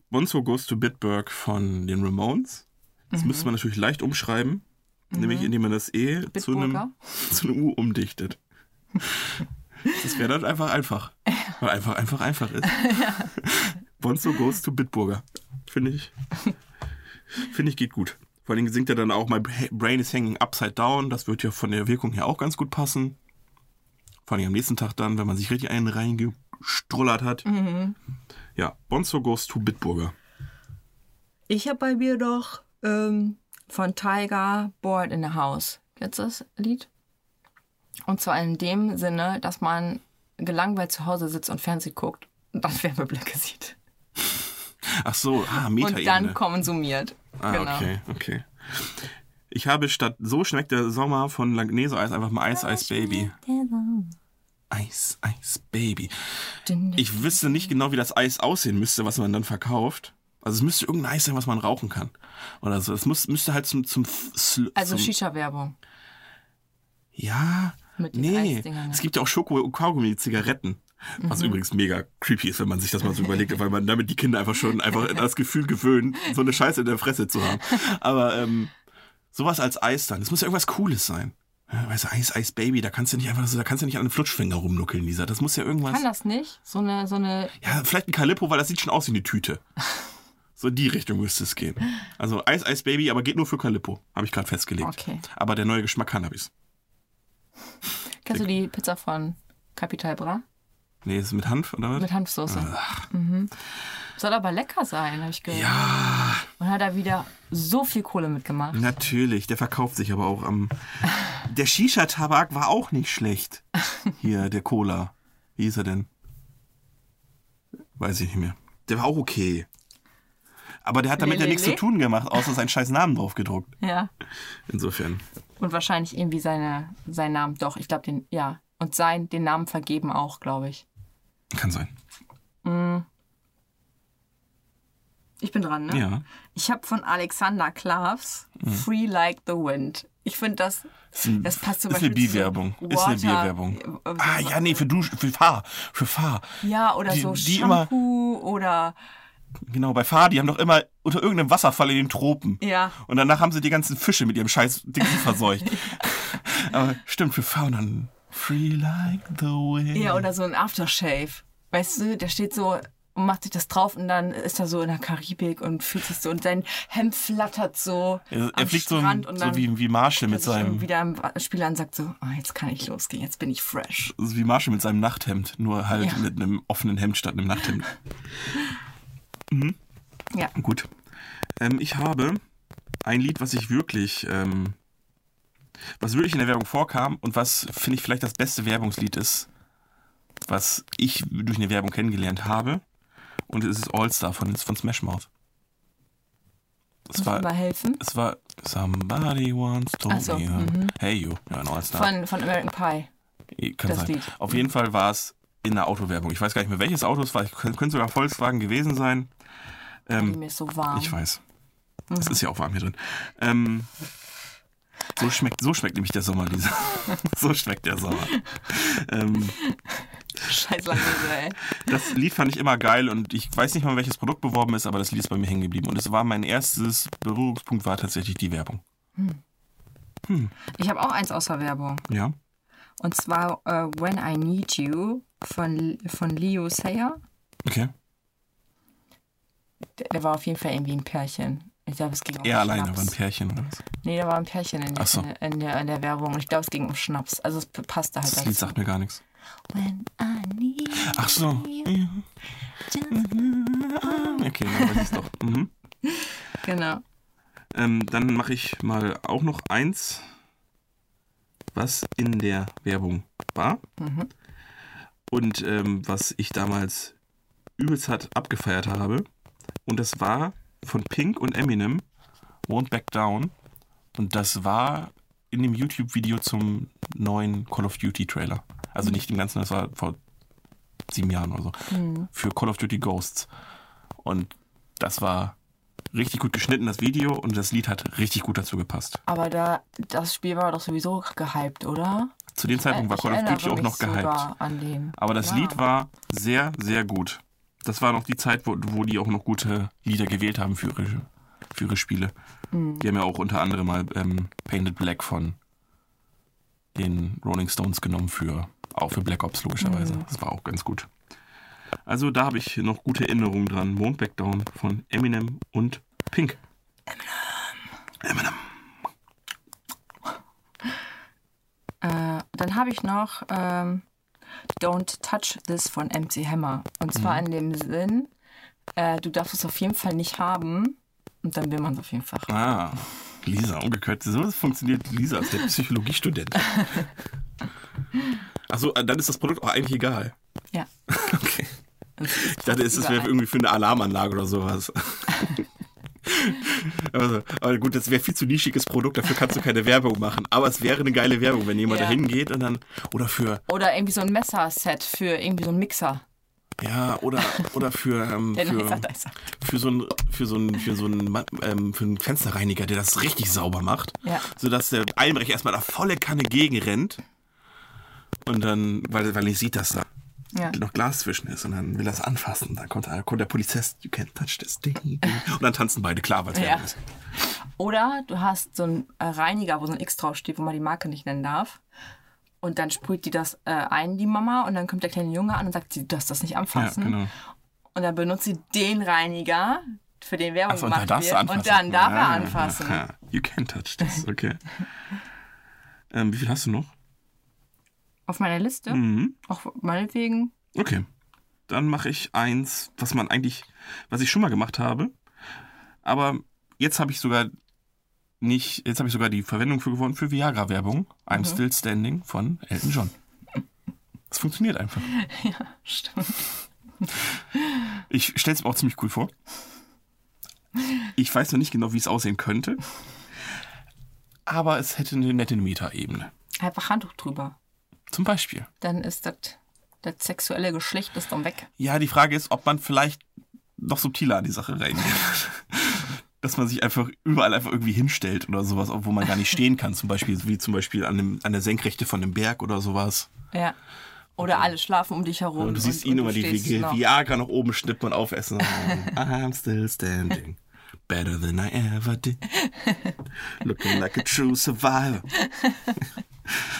Bonzo Goes to Bitburg von den Ramones. Das müsste man natürlich leicht umschreiben, nämlich indem man das E zu einem,
Bitburger?
zu einem U umdichtet. Das wäre dann einfach einfach. Weil einfach, einfach, einfach ist. Bonzo Goes to Bitburger. Finde ich, finde ich geht gut. Vor allem singt er dann auch, My Brain is Hanging Upside Down. Das wird ja von der Wirkung her auch ganz gut passen. Vor allem am nächsten Tag dann, wenn man sich richtig einen reingestrullert hat.
Mhm.
Ja, Bonzo goes to Bitburger.
Ich habe bei mir noch ähm, von Tiger Board in the House. Jetzt das Lied. Und zwar in dem Sinne, dass man gelangweilt zu Hause sitzt und Fernsehen guckt und dann Wärmeblöcke sieht.
Ach so, ah,
Und dann
Metaebene.
konsumiert. Genau.
Ah, okay, okay. Ich habe statt So schmeckt der Sommer von Langnese-Eis einfach mal Eis, Eis, Baby. Eis, Eis, Baby. Ich wüsste nicht genau, wie das Eis aussehen müsste, was man dann verkauft. Also es müsste irgendein Eis sein, was man rauchen kann. Oder so. Es muss, müsste halt zum... zum, Sl-
Also
zum
Shisha-Werbung.
Ja,
Mit den
nee.
Eisdingern, Mhm. ne?
Es gibt ja auch Schoko-Kaugummi-Zigaretten. Was übrigens mega creepy ist, wenn man sich das mal so überlegt, weil man damit die Kinder einfach schon einfach an das Gefühl gewöhnt, so eine Scheiße in der Fresse zu haben. Aber ähm, sowas als Eis dann. Das muss ja irgendwas Cooles sein. Ja, Weißt du, Eis, Eis, Baby, da kannst du nicht einfach so, da kannst du nicht an einem Flutschfinger rumnuckeln, Lisa. Das muss ja irgendwas.
Kann das nicht? So eine, so eine
Ja, vielleicht ein Calippo, weil das sieht schon aus wie eine Tüte. So in die Richtung müsste es gehen. Also Eis, Eis, Baby, aber geht nur für Calippo. Habe ich gerade festgelegt.
Okay.
Aber der neue Geschmack Cannabis.
Kennst du die Pizza von Capital Bra?
Nee, ist es mit Hanf oder was?
Mit Hanfsoße. Mhm. Soll aber lecker sein, habe ich gehört.
Ja, Mhm.
Und hat er wieder so viel Kohle mitgemacht.
natürlich. Der verkauft sich aber auch am. Der Shisha-Tabak war auch nicht schlecht. Hier, der Cola. Wie hieß er denn? Weiß ich nicht mehr. Der war auch okay. Aber der hat damit ja
Lelele?
nichts zu tun gemacht, außer seinen scheiß Namen drauf gedruckt.
Ja.
Insofern.
Und wahrscheinlich irgendwie seine, seinen Namen, doch, ich glaube, den, ja. Und sein, den Namen vergeben auch, glaube ich.
Kann sein.
Ich bin dran, ne?
Ja. Mhm.
Ich habe von Alexander Klavs Free Like the Wind. Ich finde das, das passt zum
ist eine
Beispiel zu
Bierwerbung. Ist
Water-
eine Bierwerbung.
äh, äh,
Ah, ja, nee, für Dusch, für Fahr. Für Fahr.
Ja, oder
Die-
so
die immer-
Shampoo oder,
Genau, bei Fahr, die haben doch immer unter irgendeinem Wasserfall in den Tropen.
ja.
Und danach haben sie die ganzen Fische mit ihrem scheiß Ding verseucht. Aber stimmt, für Faunen. Free like the wind.
Ja, oder so ein Aftershave. Weißt du, der steht so und macht sich das drauf und dann ist er so in der Karibik und fühlt sich so und sein Hemd flattert so
er
am
fliegt so,
Strand und dann
so wie, wie Marshall mit
guckt er sich
seinem,
irgendwie wieder am Spieler und sagt so, oh, jetzt kann ich losgehen, jetzt bin ich fresh.
so wie Marshall mit seinem Nachthemd, nur halt
Ja.
mit einem offenen Hemd statt einem Nachthemd. Mhm.
Ja,
Gut. Ähm, ich habe ein Lied, was ich wirklich, ähm, was wirklich in der Werbung vorkam und was, finde ich, vielleicht das beste Werbungslied ist, was ich durch eine Werbung kennengelernt habe. Und es ist All Star von, von Smash Mouth. Es
muss mir mal
war,
helfen.
es war Somebody Once Told
Ach so,
Me.
mhm.
Hey You, ja, ein All Star.
Von, von American Pie.
Kann
Das
sein.
Lied.
Auf jeden Fall war es in einer Autowerbung. Ich weiß gar nicht mehr, welches Auto es war. Ich könnte könnte sogar Volkswagen gewesen sein. Ähm,
Die mir ist so warm.
ich weiß. Es ist ja auch warm hier drin. Ähm, so, schmeckt, so schmeckt nämlich der Sommer, Lisa. so schmeckt der Sommer. ähm,
Scheiß Langnese, ey.
das Lied fand ich immer geil und ich weiß nicht mal, welches Produkt beworben ist, aber das Lied ist bei mir hängen geblieben. Und es war mein erstes Berührungspunkt, war tatsächlich die Werbung.
Ich habe auch eins außer Werbung.
Ja.
Und zwar äh, When I Need You von, von Leo Sayer.
Okay.
Der, der war auf jeden Fall irgendwie ein Pärchen. Ich glaube, es ging um
Er alleine
Schnaps.
war ein Pärchen. Oder was?
Nee, da war ein Pärchen in,
Ach so.
in, in, der, in der Werbung. Und ich glaube, es ging um Schnaps. Also es p- passte halt
Das Lied sagt mir gar nichts.
When I need
Ach so. Ja. Mhm. Okay, dann weiß ich es doch. Mhm.
Genau.
Ähm, dann mache ich mal auch noch eins, was in der Werbung war. Und ähm, was ich damals übelst hart abgefeiert habe. Und das war von Pink und Eminem, Won't Back Down. Und das war in dem YouTube-Video zum neuen Call of Duty-Trailer. Also nicht den ganzen, das war vor sieben Jahren oder so. Für Call of Duty Ghosts. Und das war richtig gut geschnitten, das Video, und das Lied hat richtig gut dazu gepasst.
Aber da, das Spiel war doch sowieso gehypt, oder?
Zu dem
Äh,
Zeitpunkt war
Ich
Call of
erinnere
Duty auch
mich
noch gehypt.
sogar an den.
Aber das Lied war sehr, sehr gut. Das war noch die Zeit, wo, wo die auch noch gute Lieder gewählt haben für ihre, für ihre Spiele.
Hm.
Die haben ja auch unter anderem mal ähm, Painted Black von den Rolling Stones genommen für auch für Black Ops logischerweise.
Hm.
Das war auch ganz gut. Also da habe ich noch gute Erinnerungen dran. Moonback Down von Eminem und Pink.
Äh, dann habe ich noch ähm, Don't Touch This von MC Hammer. Und zwar
Mhm.
in dem Sinn, äh, du darfst es auf jeden Fall nicht haben. Und dann will man es auf jeden Fall haben.
Ah, Lisa, umgekehrt. So funktioniert Lisa als der Psychologiestudent. Achso, dann ist das Produkt auch eigentlich egal.
Ja.
Okay.
Es ist
Ich dachte, es wäre
überall.
irgendwie für eine Alarmanlage oder sowas. Also, aber gut, das wäre viel zu nischiges Produkt, dafür kannst du keine Werbung machen. Aber es wäre eine geile Werbung, wenn jemand
Ja.
da hingeht und dann. Oder für.
Oder irgendwie so ein Messerset für irgendwie so einen Mixer.
Ja, oder, oder für. Ähm,
Der also,
für
Nicer Dicer.
für so einen für so einen für so einen Ma- ähm, für einen Fensterreiniger, der das richtig sauber macht,
Ja.
sodass der Einbrecher erstmal da volle Kanne gegenrennt und dann weil weil er sieht, dass da
Ja.
noch Glas zwischen ist und dann will er es anfassen, dann kommt, der- kommt der Polizist, you can't touch this thing und dann tanzen beide klar, weil es
Ja.
Werbung ist.
Oder du hast so einen äh, Reiniger, wo so ein X draufsteht, wo man die Marke nicht nennen darf. Und dann sprüht die das äh, ein, die Mama, und dann kommt der kleine Junge an und sagt, sie du darfst das nicht anfassen.
Ja, genau.
Und dann benutzt sie den Reiniger, für den Werbung
Ach so, und dann
gemacht
darfst
wird.
du anfassen. Ah,
Und dann darf
Ja,
er anfassen.
Ja, ja. You can't touch this, okay. ähm, wie viel hast du noch?
Auf meiner Liste,
Mhm.
auch meinetwegen.
Okay. Dann mache ich eins, was man eigentlich, was ich schon mal gemacht habe. Aber jetzt habe ich sogar nicht, jetzt habe ich sogar die Verwendung für gewonnen für Viagra-Werbung. I'm Still Standing von Elton John. Das funktioniert einfach.
Stimmt.
Ich stelle es mir auch ziemlich cool vor. Ich weiß noch nicht genau, wie es aussehen könnte. Aber es hätte eine nette Metaebene.
Einfach Handtuch drüber.
Zum Beispiel.
Dann ist das, das sexuelle Geschlecht ist dann weg.
Ja, die Frage ist, ob man vielleicht noch subtiler an die Sache reingeht. Dass man sich einfach überall einfach irgendwie hinstellt oder sowas, obwohl man gar nicht stehen kann. Zum Beispiel, wie zum Beispiel an, dem, an der Senkrechte von einem Berg oder sowas.
Ja. Oder alle schlafen um dich herum.
Und du siehst
und
ihn
du
immer die
stehst
Wege,
noch.
Viagra nach oben schnippen und aufessen. I'm still standing. Better than I ever did. Looking like a true survivor.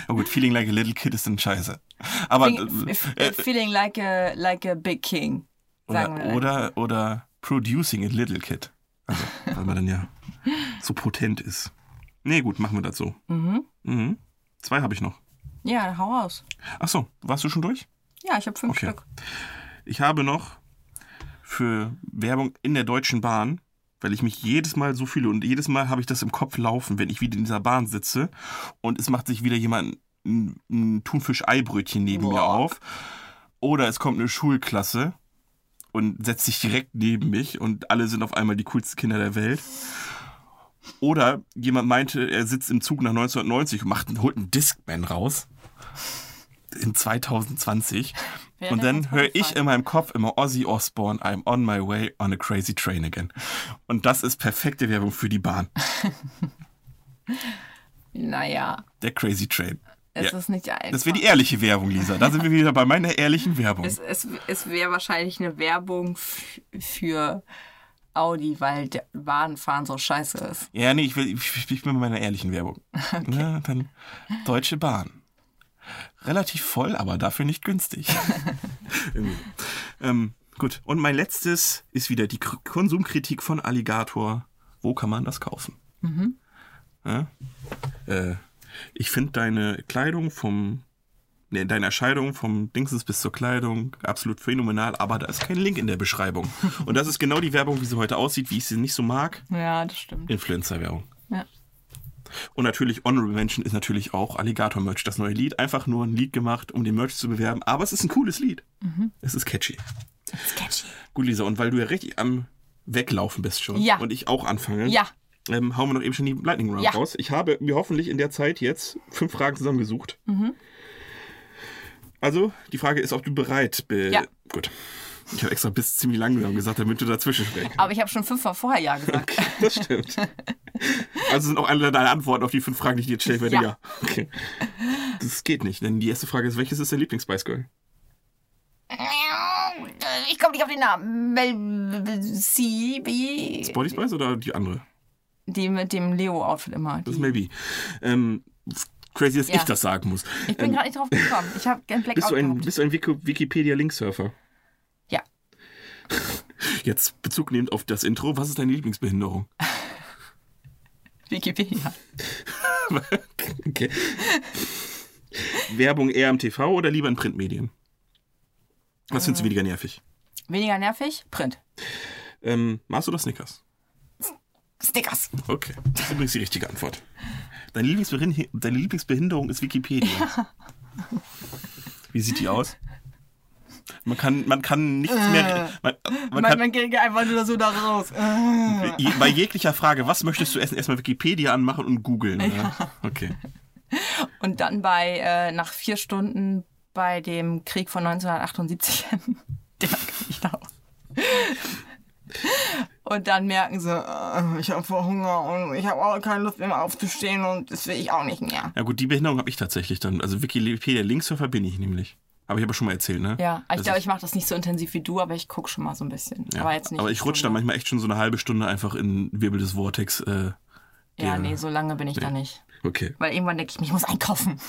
Oh gut, feeling like a little kid ist dann scheiße. Aber
Feeling, f-
äh,
feeling like a, like a big king. Sagen
Oder,
wir.
oder, oder Producing a Little Kid. Also, weil man dann ja so potent ist. Nee, gut, machen wir das so.
Mhm.
Mhm. Zwei habe ich noch.
Ja, hau raus.
Ach so, warst du schon durch?
Ja, ich habe fünf
Okay.
Stück.
Ich habe noch für Werbung in der Deutschen Bahn, weil ich mich jedes Mal so fühle und jedes Mal habe ich das im Kopf laufen, wenn ich wieder in dieser Bahn sitze und es macht sich wieder jemand ein, ein Thunfisch-Eibrötchen neben mir auf. Oder es kommt eine Schulklasse und setzt sich direkt neben mich und alle sind auf einmal die coolsten Kinder der Welt. Oder jemand meinte, er sitzt im Zug nach 1990 und macht, einen- holt einen Discman raus. In 2020.
Wer
und
hat denn
dann höre
Spotify?
ich in meinem Kopf immer Ozzy Osbourne, I'm on my way on a crazy train again. Und das ist perfekte Werbung für die Bahn.
Naja,
Der Crazy Train.
es
Ja.
ist nicht einfach.
Das wäre die ehrliche Werbung, Lisa. Da sind wir wieder bei meiner ehrlichen Werbung.
es es, es wäre wahrscheinlich eine Werbung f- für Audi, weil der Bahnfahren so scheiße ist.
Ja, nee, ich, will, ich, ich bin bei meiner ehrlichen Werbung. Na, dann Deutsche Bahn. Relativ voll, aber dafür nicht günstig. Irgendwie. ähm, gut, und mein letztes ist wieder die K Konsumkritik von Alligator. Wo kann man das kaufen? Ja? Äh, ich finde deine Kleidung vom. Nee, deine Erscheinung vom Dingsens bis zur Kleidung absolut phänomenal, aber da ist kein Link in der Beschreibung. Und das ist genau die Werbung, wie sie heute aussieht, wie ich sie nicht so mag.
Ja, das stimmt.
Influencer-Werbung.
Ja.
Und natürlich, Honorable Mention ist natürlich auch Alligator-Merch, das neue Lied. Einfach nur ein Lied gemacht, um den Merch zu bewerben. Aber es ist ein cooles Lied.
Mhm.
Es ist catchy.
Sketchy.
Gut, Lisa, und weil du ja richtig am Weglaufen bist schon
Ja.
und ich auch anfange,
Ja.
ähm, hauen wir noch eben schon die Lightning Round
Ja.
raus. Ich habe mir hoffentlich in der Zeit jetzt fünf Fragen zusammengesucht.
Mhm.
Also, die Frage ist, ob du bereit bist.
Ja.
Gut. Ich habe extra bis ziemlich langsam gesagt, damit du dazwischen sprichst.
Aber ich habe schon fünfmal vorher Ja gesagt.
Das stimmt. Also sind auch alle deine Antworten auf die fünf Fragen, die ich dir jetzt stellen werde.
Ja.
Ja. Okay. Das geht nicht, denn die erste Frage ist, welches ist dein Lieblings-Spice Girl?
Ich komme nicht auf den Namen. Mel CB.
Body Spice oder die andere?
Die mit dem Leo-Outfit immer.
Das ist maybe. Ähm, crazy, dass
Ja.
ich das sagen muss. Ähm,
Ich bin gerade nicht drauf gekommen. Ich habe einen Blackout
Bist du ein,
gehabt.
bist du ein Wiki- Wikipedia-Linksurfer?
Ja.
Jetzt Bezug nehmend auf das Intro, was ist deine Lieblingsbehinderung?
Wikipedia.
Okay. Werbung eher im TV oder lieber in Printmedien? Was
Äh.
findest du weniger nervig?
Weniger nervig? Print.
Ähm, Mars oder Snickers?
Stickers.
Okay, das ist übrigens die richtige Antwort. Deine, Lieblingsbehin Deine Lieblingsbehinderung ist Wikipedia. Wie sieht die aus? Man kann, man kann nichts mehr. Man, man
Äh, Man,
kann,
man geht einfach nur so da raus.
je, bei jeglicher Frage, was möchtest du essen, erstmal Wikipedia anmachen und googeln. oder? Okay.
Und dann bei, äh, nach vier Stunden bei dem Krieg von 1978, den man gar nicht aus. Und dann merken sie, äh, ich habe Hunger und ich habe auch keine Lust mehr aufzustehen und das will ich auch nicht mehr.
Ja, gut, die Behinderung habe ich tatsächlich dann. Also Wikipedia-Linkshörer bin ich nämlich. Habe ich aber schon mal erzählt, ne?
Ja, ich
Also
glaube, ich mache das nicht so intensiv wie du, aber ich gucke schon mal so ein bisschen.
Ja,
aber jetzt nicht.
aber ich rutsche da manchmal echt schon so eine halbe Stunde einfach in Wirbel des Vortex. Äh,
Ja,
der-
nee, so lange bin ich da nicht.
Okay.
Weil irgendwann denke ich mir, ich muss einkaufen.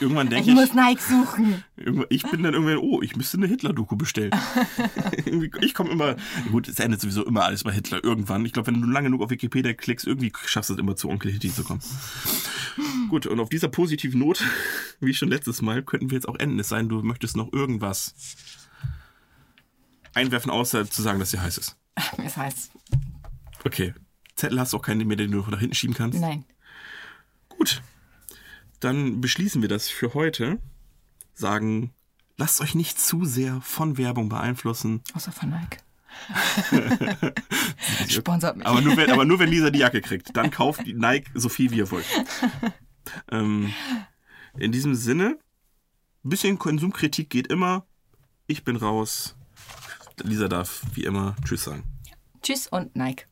Irgendwann
Ich
denke ich,
muss Nike suchen.
irgendwann- ich bin dann irgendwann, oh, ich müsste eine Hitler-Doku bestellen. Irgendwie- ich komme immer, gut, es endet sowieso immer alles bei Hitler irgendwann. Ich glaube, wenn du lange genug auf Wikipedia klickst, irgendwie schaffst du es immer zu Onkel Hitti zu kommen. gut, und auf dieser positiven Not, wie schon letztes Mal, könnten wir jetzt auch enden. Es sei denn, du möchtest noch irgendwas einwerfen, außer zu sagen, dass dir heiß ist.
Das heißt,
Okay. Zettel hast du auch keinen mehr, den du noch nach hinten schieben kannst?
nein.
Gut. Dann beschließen wir das für heute. Sagen, lasst euch nicht zu sehr von Werbung beeinflussen.
Außer von Nike. Sponsert mich.
Aber nur, wenn, aber nur wenn Lisa die Jacke kriegt. Dann kauft die Nike so viel, wie ihr wollt. Ähm, in diesem Sinne, ein bisschen Konsumkritik geht immer. Ich bin raus. Lisa darf wie immer Tschüss sagen.
Tschüss und Nike.